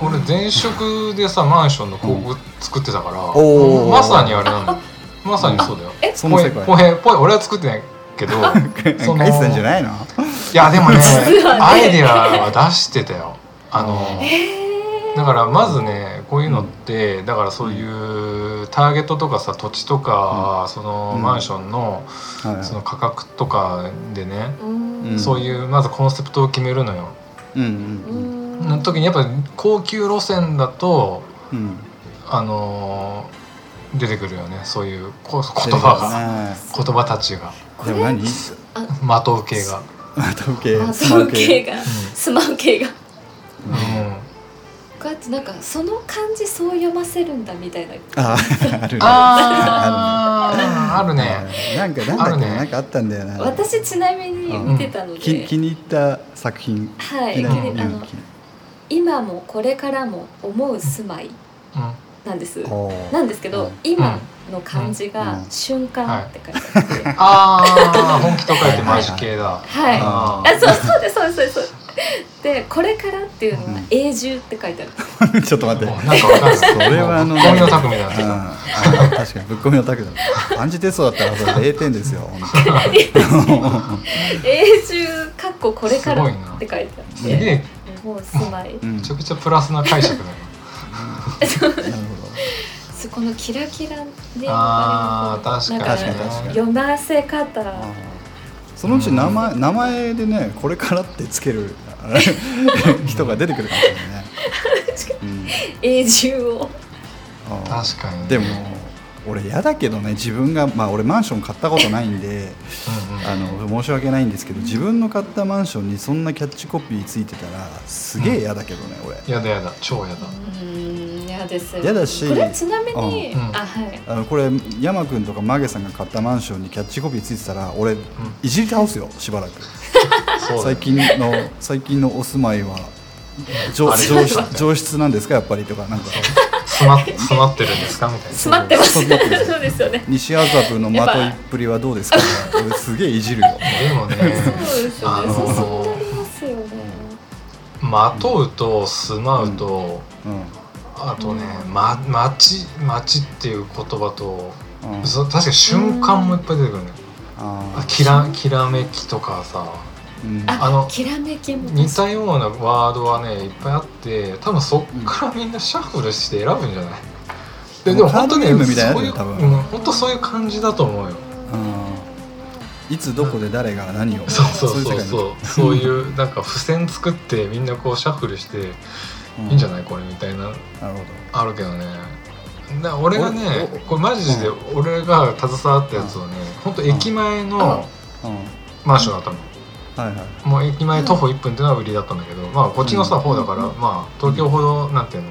Speaker 3: 俺前職でさマンションの広告作ってたから、
Speaker 2: おー
Speaker 3: まさにあれなのまさにそうだよ
Speaker 4: え
Speaker 2: その世界
Speaker 3: ぽいぽいぽい俺は作ってないけど その
Speaker 2: 返したんじゃ
Speaker 3: い
Speaker 2: ないの
Speaker 3: やでも ね
Speaker 4: 実はね
Speaker 3: アイディアは出してたよあの
Speaker 4: えー
Speaker 3: だからまずねこういうのってだからそういうターゲットとかさ土地とか、その
Speaker 2: うん
Speaker 3: マンションの
Speaker 2: はい
Speaker 3: その価格とかでね、
Speaker 4: うん
Speaker 3: そういうまずコンセプトを決めるのよ。
Speaker 2: うん
Speaker 4: うん
Speaker 3: の時にやっぱ高級路線だと
Speaker 2: うんうん
Speaker 3: あのー出てくるよねそういうこ言葉
Speaker 2: ね
Speaker 3: が言葉たちが
Speaker 2: でも何
Speaker 3: まとう系が、
Speaker 2: タウケ
Speaker 4: あそういう系が住まう系が
Speaker 3: うん
Speaker 4: こうやってなんかその漢字そう読ませるんだみたいな
Speaker 2: あ あるね
Speaker 3: あーあるね
Speaker 2: なんかなんだっけ、
Speaker 3: あるね
Speaker 2: なんかあったんだよな。
Speaker 4: 私ちなみに見てたので、
Speaker 2: き気に入った作品。
Speaker 4: はい、
Speaker 2: 気に入っ
Speaker 3: うん
Speaker 2: た
Speaker 4: あの今もこれからも思う住まい
Speaker 3: うん
Speaker 4: なんです
Speaker 2: おー
Speaker 4: なんですけど、
Speaker 2: うん
Speaker 4: 今の漢字
Speaker 2: う
Speaker 4: が
Speaker 2: ん
Speaker 4: 瞬間って書いてあって、
Speaker 3: あー本気と書いてマジ系だ
Speaker 4: はい、
Speaker 3: あ
Speaker 4: あそうそうですそうですそうですそうですでこれからっていうの
Speaker 2: う
Speaker 4: は
Speaker 2: ん
Speaker 4: 永住って書いてあ る、
Speaker 2: ちょっと待って。
Speaker 3: もうなんかわかる
Speaker 2: それはあの
Speaker 3: もうぶっ込みの匠だ
Speaker 2: うん
Speaker 3: ね
Speaker 2: あの確かにぶっ込みのタクだ。漢字テストだったらそれ0点ですよ。本
Speaker 4: 永住かっここれから
Speaker 3: す
Speaker 4: っ
Speaker 3: ごいな
Speaker 4: て書いてあっ
Speaker 3: すげ
Speaker 4: て
Speaker 3: え
Speaker 4: もう住まい
Speaker 2: 当にうん
Speaker 3: めちゃくちゃプラスな解釈だ
Speaker 2: な
Speaker 3: よ
Speaker 2: る
Speaker 4: そこのキラキラね
Speaker 3: あー
Speaker 4: わりのこう
Speaker 3: 確
Speaker 2: かに
Speaker 4: なん
Speaker 2: 確かに
Speaker 4: 読ませ
Speaker 2: ほ
Speaker 4: 方
Speaker 2: ど。そのうち名前名前でねこれからってつける あれ人が出てくるかもしれないね。うん
Speaker 4: 永住を
Speaker 2: あー
Speaker 3: 確かに
Speaker 2: でも俺嫌だけどね自分が、まあ、俺マンション買ったことないんで
Speaker 3: うんうん
Speaker 2: あの申し訳ないんですけど自分の買ったマンションにそんなキャッチコピーついてたらすげえ嫌だけどね、俺
Speaker 3: やだやだ超やだ
Speaker 4: うん嫌です
Speaker 2: 嫌だし
Speaker 4: これちなみに、
Speaker 3: うん
Speaker 4: あはい
Speaker 2: あのこれ山君とかマゲさんが買ったマンションにキャッチコピーついてたら俺いじり倒すよしばらく
Speaker 3: そうだ
Speaker 2: 最
Speaker 3: よ
Speaker 2: 近の最近のお住まいは上
Speaker 3: あれ
Speaker 2: 上質上質なんですかやっぱりとかなんか
Speaker 3: 詰ま詰まってるんですかみたいな
Speaker 4: 詰まってます
Speaker 2: そうそう
Speaker 4: そうですよね
Speaker 2: 西麻布のまといっぷりはどうですか俺すげえいじるよ
Speaker 3: でもね
Speaker 4: そうですよ
Speaker 3: あ
Speaker 4: ね
Speaker 3: の
Speaker 4: そうそうなりますよね
Speaker 3: まとうと住まうと、
Speaker 2: う
Speaker 3: あとね、ま、町町っていう言葉と、
Speaker 2: んうん
Speaker 3: そう確かに瞬間もいっぱい出てくるね、
Speaker 2: あ
Speaker 3: あきらきらめきとかさ
Speaker 2: ーうん
Speaker 4: あ
Speaker 3: あの
Speaker 4: きらめきも
Speaker 3: 似たようなワードはねいっぱいあって多分そっからみんなシャッフルして選ぶんじゃない、ででも本当ね
Speaker 2: カードゲームみたいなやつ
Speaker 3: そうい
Speaker 2: ね
Speaker 3: う
Speaker 2: 多分
Speaker 3: うん、本当そういう感じだと思うよ
Speaker 2: うんいつどこで誰が何を
Speaker 3: そうそうそう
Speaker 2: 世界
Speaker 3: そうそういうなんか付箋作ってみんなこうシャッフルしていいんじゃないこれみたいな
Speaker 2: なるほ
Speaker 3: あるけどねだ俺がね
Speaker 2: おお
Speaker 3: これマジで俺が携わったやつをね本当駅前
Speaker 2: ど、
Speaker 3: の
Speaker 2: うん、はい
Speaker 3: マンションだったの
Speaker 2: はい
Speaker 3: もう駅前徒歩1分っていうのは売りだったんだけどまあこっちのさ
Speaker 2: うん
Speaker 3: 方だからまあ東京ほどなんていうの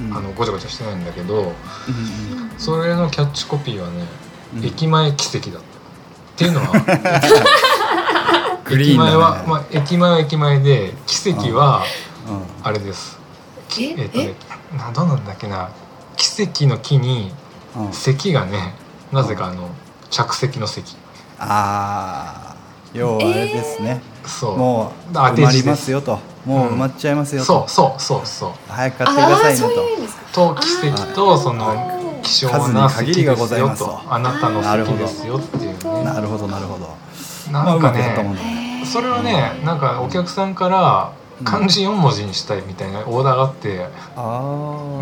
Speaker 2: うん
Speaker 3: あのごちゃごちゃしてないんだけど
Speaker 2: うん
Speaker 3: それのキャッチコピーはね
Speaker 2: うん
Speaker 3: 駅前奇跡だったっていうの は
Speaker 2: グリー
Speaker 3: 駅
Speaker 2: ンだね
Speaker 3: 前はまあ駅前は駅前で奇跡は
Speaker 2: うん
Speaker 3: あれです
Speaker 4: え
Speaker 3: えっとねなどうなんだっけな奇跡の木に
Speaker 2: うん
Speaker 3: 席がねなぜかあの着席の席
Speaker 2: ああ要はあれですね、
Speaker 3: そ
Speaker 2: もう
Speaker 3: 当
Speaker 2: 埋
Speaker 3: て
Speaker 2: ま
Speaker 3: 字です
Speaker 2: りますよともう埋まっちゃいます
Speaker 3: う
Speaker 2: よ
Speaker 3: そ
Speaker 2: と
Speaker 3: う、そうそうそう
Speaker 2: 早く買ってくだ
Speaker 4: ああ
Speaker 2: さい
Speaker 4: ー
Speaker 2: ね
Speaker 4: そ
Speaker 2: と
Speaker 4: ういう意味ですか
Speaker 3: と奇跡とその希少な
Speaker 2: 数に限
Speaker 3: 席
Speaker 2: りが
Speaker 3: で
Speaker 2: ご
Speaker 3: す
Speaker 2: ざい
Speaker 3: よ
Speaker 2: ます
Speaker 3: と
Speaker 2: と
Speaker 3: あなたの
Speaker 2: なるほ
Speaker 3: 席
Speaker 2: ど
Speaker 3: ですよっていう
Speaker 4: う
Speaker 3: ね
Speaker 2: なるほどなるほど、まあ
Speaker 3: な
Speaker 2: うんま
Speaker 3: か
Speaker 2: くやったもん
Speaker 3: ね
Speaker 2: だ、
Speaker 3: それ
Speaker 4: は
Speaker 3: はねなんかお客さんから
Speaker 2: うん
Speaker 3: 漢字4文字にしたいみたいなオーダーがあって
Speaker 2: あ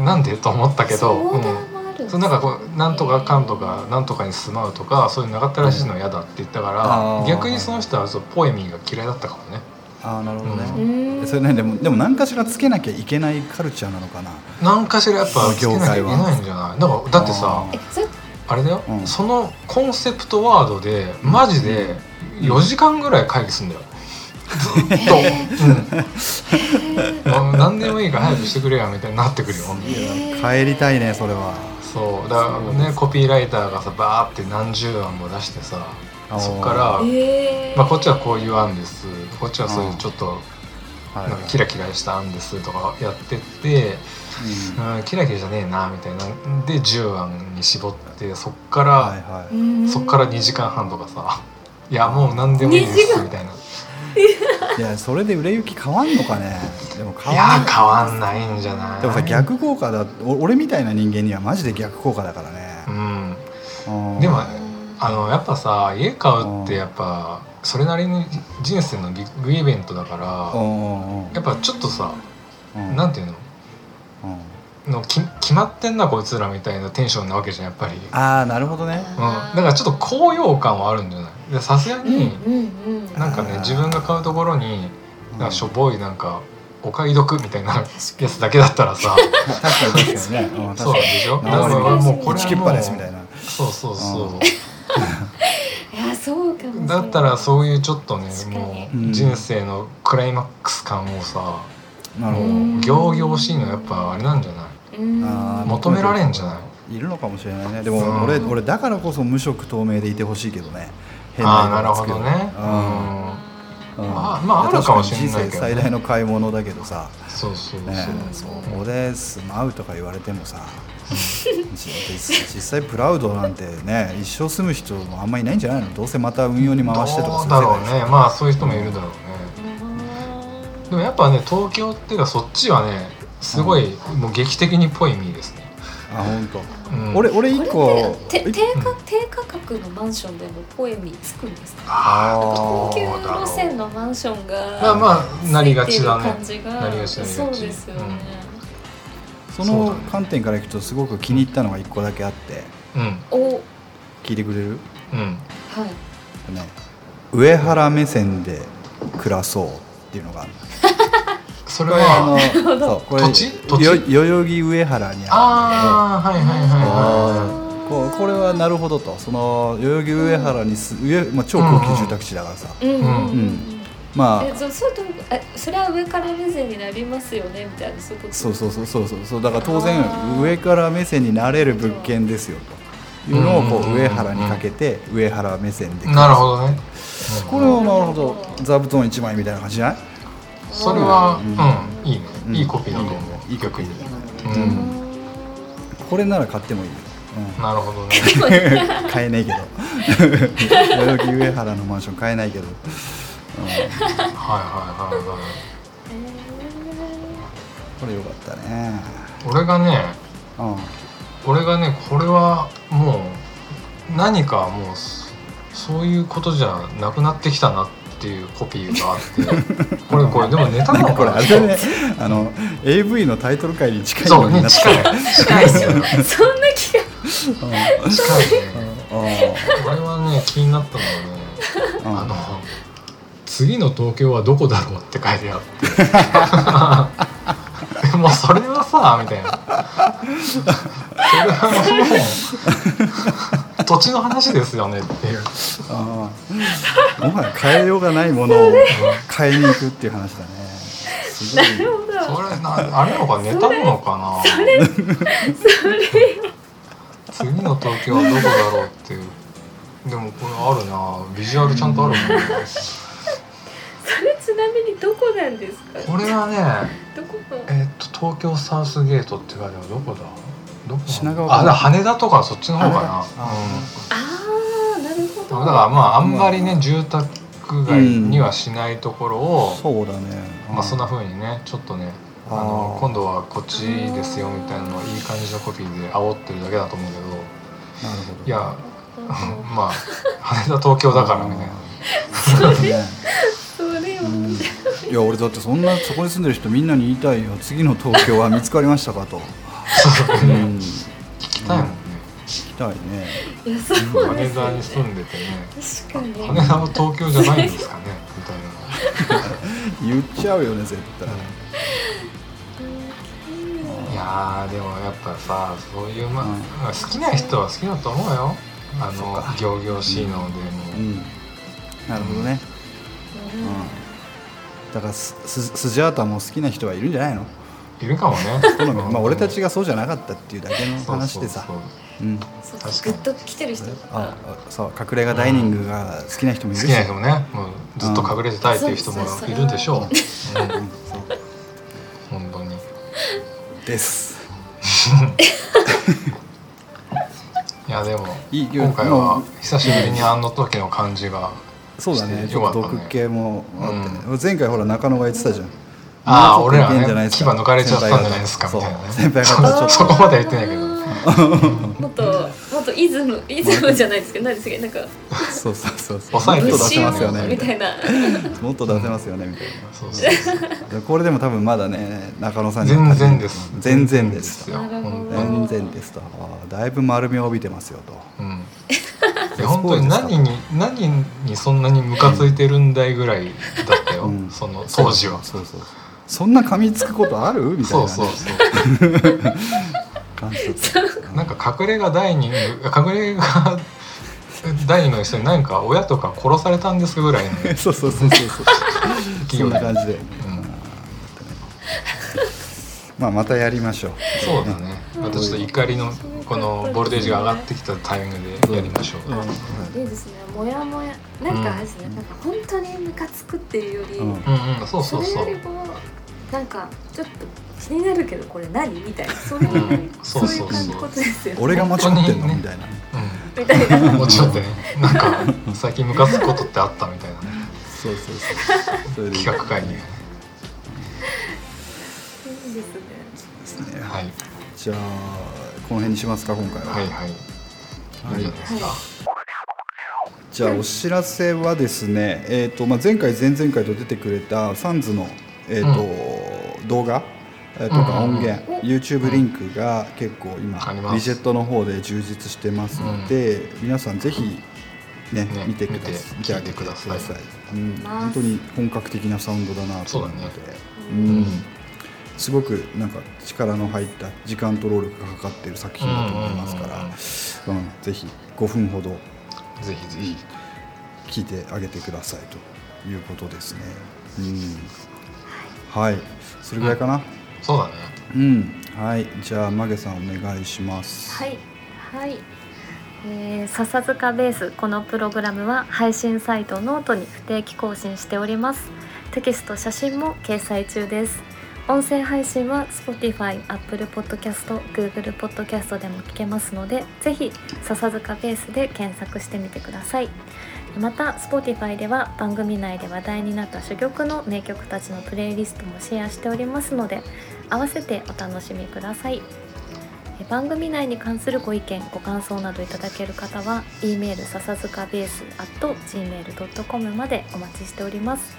Speaker 2: あ
Speaker 3: なんでと思ったけど
Speaker 4: オ
Speaker 3: う
Speaker 4: ーダー
Speaker 3: ん
Speaker 4: もあるんですね
Speaker 3: そうなんかこうなんとかかんとかなんとかに住まうとかそういうのなかったらしいの嫌だって言ったか
Speaker 2: あー
Speaker 3: ら逆にその人はそうポエミーが嫌いだったかもね
Speaker 2: あーなるほど
Speaker 4: う
Speaker 2: ね、
Speaker 4: ーん
Speaker 2: それねでもでも何かしらつけなきゃいけないカルチャーなのかな
Speaker 3: なんかしらやっぱつけなきゃいけないんじゃないだからだってさ
Speaker 4: えそれ
Speaker 3: あれだよ、
Speaker 2: うん
Speaker 3: そのコンセプトワードでマジで4時間ぐらい会議す んだよ、ずっと、うんもう何でもいいから早くしてくれよみたいになってくるよ
Speaker 2: い
Speaker 4: へ
Speaker 2: や
Speaker 4: ー
Speaker 2: 帰りたいねそれは
Speaker 3: そうだからねコピーライターがさバーって何十案も出してさ
Speaker 2: あー
Speaker 3: そっから、
Speaker 4: えー
Speaker 3: まあ、こっちはこういう案ですこっちはそういうちょっと
Speaker 2: は
Speaker 3: なんかキラキラした案ですとかやってって、
Speaker 2: うん
Speaker 3: うん、キラキラじゃねえなみたいなんで10案に絞ってそっか
Speaker 2: は
Speaker 3: ら、
Speaker 2: いは
Speaker 4: う
Speaker 2: い
Speaker 4: ーん
Speaker 3: そっから2時間半とかさ 「いやもう何でもいいで
Speaker 4: 二時
Speaker 3: す」
Speaker 4: 間
Speaker 3: みたいな「い
Speaker 2: いやそれで売れ行き変わんのかねでも変わん
Speaker 3: や
Speaker 2: ない
Speaker 3: 変わんないんじゃない?」
Speaker 2: でもさ逆効果だお俺みたいな人間にはマジで逆効果だからね
Speaker 3: う、ん
Speaker 2: うん
Speaker 3: でもあのやっぱさ家買うってやっぱそれなりに人生のビッグイベントだ
Speaker 2: う
Speaker 3: から
Speaker 2: んうん
Speaker 3: やっぱちょっとさ
Speaker 2: うん
Speaker 3: なんていうの
Speaker 2: うん
Speaker 3: のき決まってんなこいつらみたいなテンションなわけじゃんやっぱり、うん、だ
Speaker 2: ああなるほどね
Speaker 3: からちょっと高揚感はあるんじゃないでさすが
Speaker 4: うん
Speaker 3: に
Speaker 4: うんうん
Speaker 3: なんか
Speaker 2: あ
Speaker 3: ね
Speaker 2: ー
Speaker 3: 自分が買うところに
Speaker 2: うん
Speaker 3: なんかしょぼいなんかお買い得みたいな
Speaker 4: 確か
Speaker 3: や
Speaker 4: に
Speaker 3: つだけだったら
Speaker 2: 確
Speaker 3: さ
Speaker 2: かに確かにね、うん、
Speaker 3: そ
Speaker 2: 確
Speaker 3: う
Speaker 2: か
Speaker 3: なん
Speaker 2: に
Speaker 3: で
Speaker 2: 何
Speaker 3: しょだか
Speaker 2: 割
Speaker 3: ら俺もうこ
Speaker 2: 打
Speaker 3: れ
Speaker 2: ち
Speaker 3: は
Speaker 2: 切っぱですみ
Speaker 3: も
Speaker 2: たいうな
Speaker 3: そうそう
Speaker 2: う
Speaker 3: そ
Speaker 2: ん
Speaker 3: う
Speaker 4: いやそうかも
Speaker 3: だったら
Speaker 4: う
Speaker 3: そういうちょっとね
Speaker 4: 確かに
Speaker 3: も
Speaker 2: う
Speaker 3: うん人生のクライマックス感をさ
Speaker 2: なるほ
Speaker 3: も
Speaker 2: ど
Speaker 3: う行々しいのやっぱあれなんじゃない
Speaker 2: あー
Speaker 3: 求められんじゃない
Speaker 2: いるのかもしれないねで
Speaker 3: う
Speaker 2: も
Speaker 3: ん
Speaker 2: 俺俺だからこそ無色透明でいてほしいけどね変
Speaker 3: ああーな
Speaker 2: 色
Speaker 3: る
Speaker 2: がつ
Speaker 3: ほ
Speaker 2: け
Speaker 3: どね
Speaker 2: うんうん
Speaker 3: まあまああるかもしれないけどね
Speaker 2: 人生最大の買い物だけどさ、
Speaker 3: うんそうそう
Speaker 2: ね
Speaker 3: そ
Speaker 2: そうこで住まうとか言われてもさ実実際プラウドなんてね一生住む人もあんまりいないんじゃないのどうせまた運用に回してとか
Speaker 3: ど
Speaker 2: す
Speaker 3: う
Speaker 2: る
Speaker 3: だ
Speaker 2: 世代
Speaker 3: ろう
Speaker 2: でしょ
Speaker 3: ねまあそういう人もいるだろうね、でもやっぱね東京っていうかそっちはねすごいもう劇的にポエミーですね、
Speaker 2: あ本当、
Speaker 3: うん、
Speaker 2: 俺俺一個
Speaker 4: これってて
Speaker 2: 一
Speaker 4: 低価低価格のマンションでもポエミつくんですか
Speaker 3: あ
Speaker 4: 高
Speaker 3: ー
Speaker 4: 級
Speaker 3: どうだろう
Speaker 4: 路線のマンションが
Speaker 3: まあまあなりがちだね
Speaker 4: ついてる感じが
Speaker 3: なりがちなりがち
Speaker 4: そうですよね、
Speaker 2: そ
Speaker 3: そうだ
Speaker 2: の
Speaker 3: ね
Speaker 2: 観点からいくとすごく気に入ったのが一個だけあって
Speaker 3: うん
Speaker 4: おはい
Speaker 2: 聞いてくれる
Speaker 3: うん
Speaker 2: ね上原目線で暮らそうっていうのがある
Speaker 3: それ
Speaker 2: これあ
Speaker 3: は
Speaker 2: のそうこれ
Speaker 3: 土地土地
Speaker 2: よ代々木上原にあるんだけど
Speaker 3: ああはいはいはいは
Speaker 4: あ
Speaker 2: こうこれはなるほどとその代々木上原にす、上まあ、超高級住宅地だからさ、
Speaker 4: うんうんうんう
Speaker 2: うんんまあ
Speaker 4: えそそうとえそれは上から目線になりますよねみたいなそういうこと
Speaker 2: そうそうそうそうそうそうだから当然
Speaker 4: あー
Speaker 2: 上から目線になれる物件ですよというのをこ
Speaker 3: うんうんう
Speaker 2: う
Speaker 3: んうん
Speaker 2: 上原にかけて上原目線で
Speaker 3: なるほどね、うん
Speaker 2: これはなるほど座布団一枚みたいな感じじゃない
Speaker 3: それは
Speaker 2: うん
Speaker 3: うん、いいね、
Speaker 2: うん
Speaker 3: いいコピーだと思う
Speaker 2: いいコピーだね
Speaker 3: 逆に
Speaker 2: う
Speaker 3: うんん
Speaker 2: これなら買ってもいいよ、
Speaker 3: なる ほどね
Speaker 2: うん、 買えないけど代々木上原のマンション買えないけど、うん、
Speaker 3: はいはいはいはい
Speaker 2: これよかったね、
Speaker 3: 俺がね
Speaker 2: うん、
Speaker 3: 俺がねこれはもう何かもうそそういうことじゃなくなってきたなっていうコピーが あってこれこれでもネタな
Speaker 2: なん
Speaker 3: の
Speaker 2: かこれ
Speaker 3: かな
Speaker 2: あれだねあの AV のタイトル回に近い
Speaker 3: そ
Speaker 2: の
Speaker 3: う
Speaker 2: に
Speaker 3: ね
Speaker 2: なって
Speaker 3: 近い近いですよね
Speaker 4: そんな気が
Speaker 2: うんうん
Speaker 3: 近いね
Speaker 2: う
Speaker 3: 俺はね気になったのはね
Speaker 2: ん
Speaker 3: あの次の東京はどこだろうって書いてあ ってもうそれはさみたいなそれは もう土地の話ですよねっていう
Speaker 2: ああもはや変えようがないものを買いに行くっていう話だねすごい
Speaker 4: なるほど
Speaker 3: それなあれなのかネタなのかな次の東京はどこだろうっていうでもこれあるなビジュアルちゃんとあるもんね
Speaker 4: それちなみにどこなんですか
Speaker 3: これはね
Speaker 4: どこの
Speaker 3: えっと東京サウスゲートって書いてあるどこだどこなんだ
Speaker 2: 品川かな
Speaker 3: あだから羽田とかそっちの方かな
Speaker 2: ああ
Speaker 4: ああなるほ
Speaker 3: だ
Speaker 4: ど
Speaker 3: からまああんまりね住宅街にはしないところを、
Speaker 2: そうだね
Speaker 3: まあそんな風にねちょっとねあの
Speaker 2: あー
Speaker 3: 今度はこっちですよみたいなのをいい感じのコピーで煽ってるだけだと思うけど
Speaker 2: なるほど
Speaker 3: いやまあ羽田東京だからみたいな
Speaker 2: そうだね
Speaker 4: それは、
Speaker 2: うんいや俺だってそんなそこに住んでる人みんなに言いたいよ次の東京は見つかりましたかと、
Speaker 3: そうだ
Speaker 2: う
Speaker 3: ね
Speaker 2: ん、
Speaker 3: 聞きたいもんね
Speaker 2: 聞きたいね
Speaker 4: いやそうで
Speaker 3: 羽
Speaker 4: す
Speaker 3: 田に住
Speaker 4: よ
Speaker 3: んでてね
Speaker 4: 確かに
Speaker 3: 羽田は東京じゃないんですかねみたいな。
Speaker 2: 言っちゃうよね絶対
Speaker 3: いやーでもやっぱさそういう、ま
Speaker 2: うん
Speaker 3: あ好きな人は好きだと思うよあ
Speaker 2: そっ
Speaker 3: の
Speaker 2: か
Speaker 3: 行々しいのでも、
Speaker 2: うんなるほどね、
Speaker 4: う
Speaker 2: うんん、だからスススジャータも好きな人はいるんじゃないの
Speaker 3: いるかもね
Speaker 2: 好みまあ俺たち
Speaker 3: が
Speaker 2: がそうじゃなかったっていうだけの話でさうん
Speaker 4: そうか
Speaker 3: 確か
Speaker 4: グ
Speaker 3: に
Speaker 4: ッと来てる人
Speaker 2: ああそう隠れ家ダイニングが好きな人もい
Speaker 3: 好
Speaker 2: る
Speaker 3: き
Speaker 2: し、
Speaker 3: な人もねもうずっと隠れてたいっていう人もいるでしょう、うん
Speaker 2: うんそう
Speaker 3: 本当に
Speaker 2: です
Speaker 3: いやでも
Speaker 2: いいよ
Speaker 3: 今回
Speaker 2: ま
Speaker 3: は
Speaker 2: あ
Speaker 3: 久しぶりにあの時の感じが、
Speaker 2: そうだねちょっと
Speaker 3: よかったね
Speaker 2: 毒系もあって、ね前回ほら中野が言ってたじゃん
Speaker 3: ああ
Speaker 2: もうち
Speaker 3: 俺
Speaker 2: ょっと
Speaker 3: ら
Speaker 2: いけんじゃない
Speaker 3: ね
Speaker 2: です
Speaker 3: 牙
Speaker 2: か
Speaker 3: 抜かれちゃったんじゃないですかみたいなね
Speaker 2: 先輩方
Speaker 3: そう
Speaker 2: そう
Speaker 3: そこまでは言ってないけど
Speaker 4: もっともっとイズムイズムじゃないですけど何ですかなんか
Speaker 2: そうそうそうそう
Speaker 3: 抑え
Speaker 2: もっ
Speaker 3: てる
Speaker 2: と出せますよね
Speaker 4: み
Speaker 2: み
Speaker 4: た
Speaker 2: た
Speaker 4: い
Speaker 2: い
Speaker 4: な
Speaker 2: なもっと出せますよねみたい
Speaker 3: そうそうそう
Speaker 2: なこれでも多分まだね中野さんに
Speaker 3: 全然です
Speaker 2: 全然です
Speaker 3: 全然よ
Speaker 4: なるほ
Speaker 2: 全
Speaker 4: ど
Speaker 2: 然ですとあーだいぶ丸みを帯びてますよと
Speaker 3: うん、いや本当に何に何にそんなにムカついてるんだいぐらいだったよ、
Speaker 2: うん
Speaker 3: その当時は
Speaker 2: そうそうそんな噛みつくことあるみたい
Speaker 3: そ
Speaker 2: な
Speaker 3: うそう
Speaker 2: ね
Speaker 3: そう
Speaker 2: 感じだった
Speaker 3: なんか隠れ家ダイニング隠れ家 ダイニングの人に何か親とか殺されたんですぐらいの
Speaker 2: そうそうそうそうそう
Speaker 3: 勢い
Speaker 2: そんな
Speaker 3: で
Speaker 2: 感じで、うんまあまたやりましょう
Speaker 3: そうだねまたちょっと怒りのこのボルテージが上がってきたタイミングでやりましょう、うん
Speaker 4: いいですねもやもやなんかあれですね、なんか本当にムカつくっていうより、
Speaker 2: うん
Speaker 3: うんそうそう
Speaker 4: そ
Speaker 3: そう
Speaker 4: れよりもなんかちょっと気になるけどこれ何みたいなそういううんそうい
Speaker 3: そううそう
Speaker 4: 感
Speaker 3: そう
Speaker 4: じことですよね
Speaker 2: 俺が間違ってんの、
Speaker 3: 本当にね
Speaker 2: みたいな
Speaker 4: みたいな
Speaker 3: うんもうちょっとねなんか最近ムカつくことってあったみたいなね
Speaker 2: そうそうそうそれで
Speaker 3: 企画会に
Speaker 4: いいですね
Speaker 2: ですね、
Speaker 3: はい
Speaker 2: じゃあこの辺にしますか今回は、
Speaker 3: はいはいいいんじゃないですか、
Speaker 2: じゃあお知らせはですね、えーとまあ、前回前々回と出てくれたサンズの、えーと動画えーとか
Speaker 3: うんうんうん
Speaker 2: 音源、YouTube リンクが結構今
Speaker 3: あります
Speaker 2: ビジェットの方で充実してますので、皆さんぜひ、ね
Speaker 3: ね
Speaker 2: 見てくだ
Speaker 3: 見て
Speaker 2: さい見てあげてください
Speaker 3: 聞いてくださ
Speaker 2: うん、本当に本格的なサウンドだなと思って
Speaker 3: そうだ
Speaker 2: う
Speaker 3: うんん
Speaker 2: すごくなんか力の入った時間と労力がかかっている作品だと思いますから、うんぜひ5分ほど
Speaker 3: ぜひぜひ
Speaker 2: 聞いてあげてくださいということですね。うん、はい、それぐらいかな。
Speaker 3: そうだね
Speaker 2: うん、はい、じゃあマゲさんお願いします。
Speaker 4: はい、はい、えー、笹塚ベースこのプログラムは配信サイトノートに不定期更新しておりますテキスト写真も掲載中です音声配信は Spotify、Apple Podcast、Google Podcast でも聞けますのでぜひ笹塚ベースで検索してみてくださいまた Spotify では番組内で話題になった珠玉の名曲たちのプレイリストもシェアしておりますので合わせてお楽しみくださいえ番組内に関するご意見ご感想などいただける方は e メール笹塚ベース at gmail.com までお待ちしております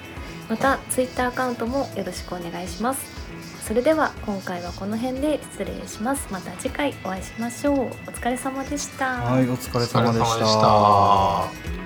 Speaker 4: また Twitter アカウントもよろしくお願いしますそれでは今回はこの辺で失礼しますまた次回お会いしましょうお疲れ様でした
Speaker 2: はい、お疲れ様で
Speaker 3: お疲れ
Speaker 2: し
Speaker 3: 様
Speaker 2: た。
Speaker 3: でした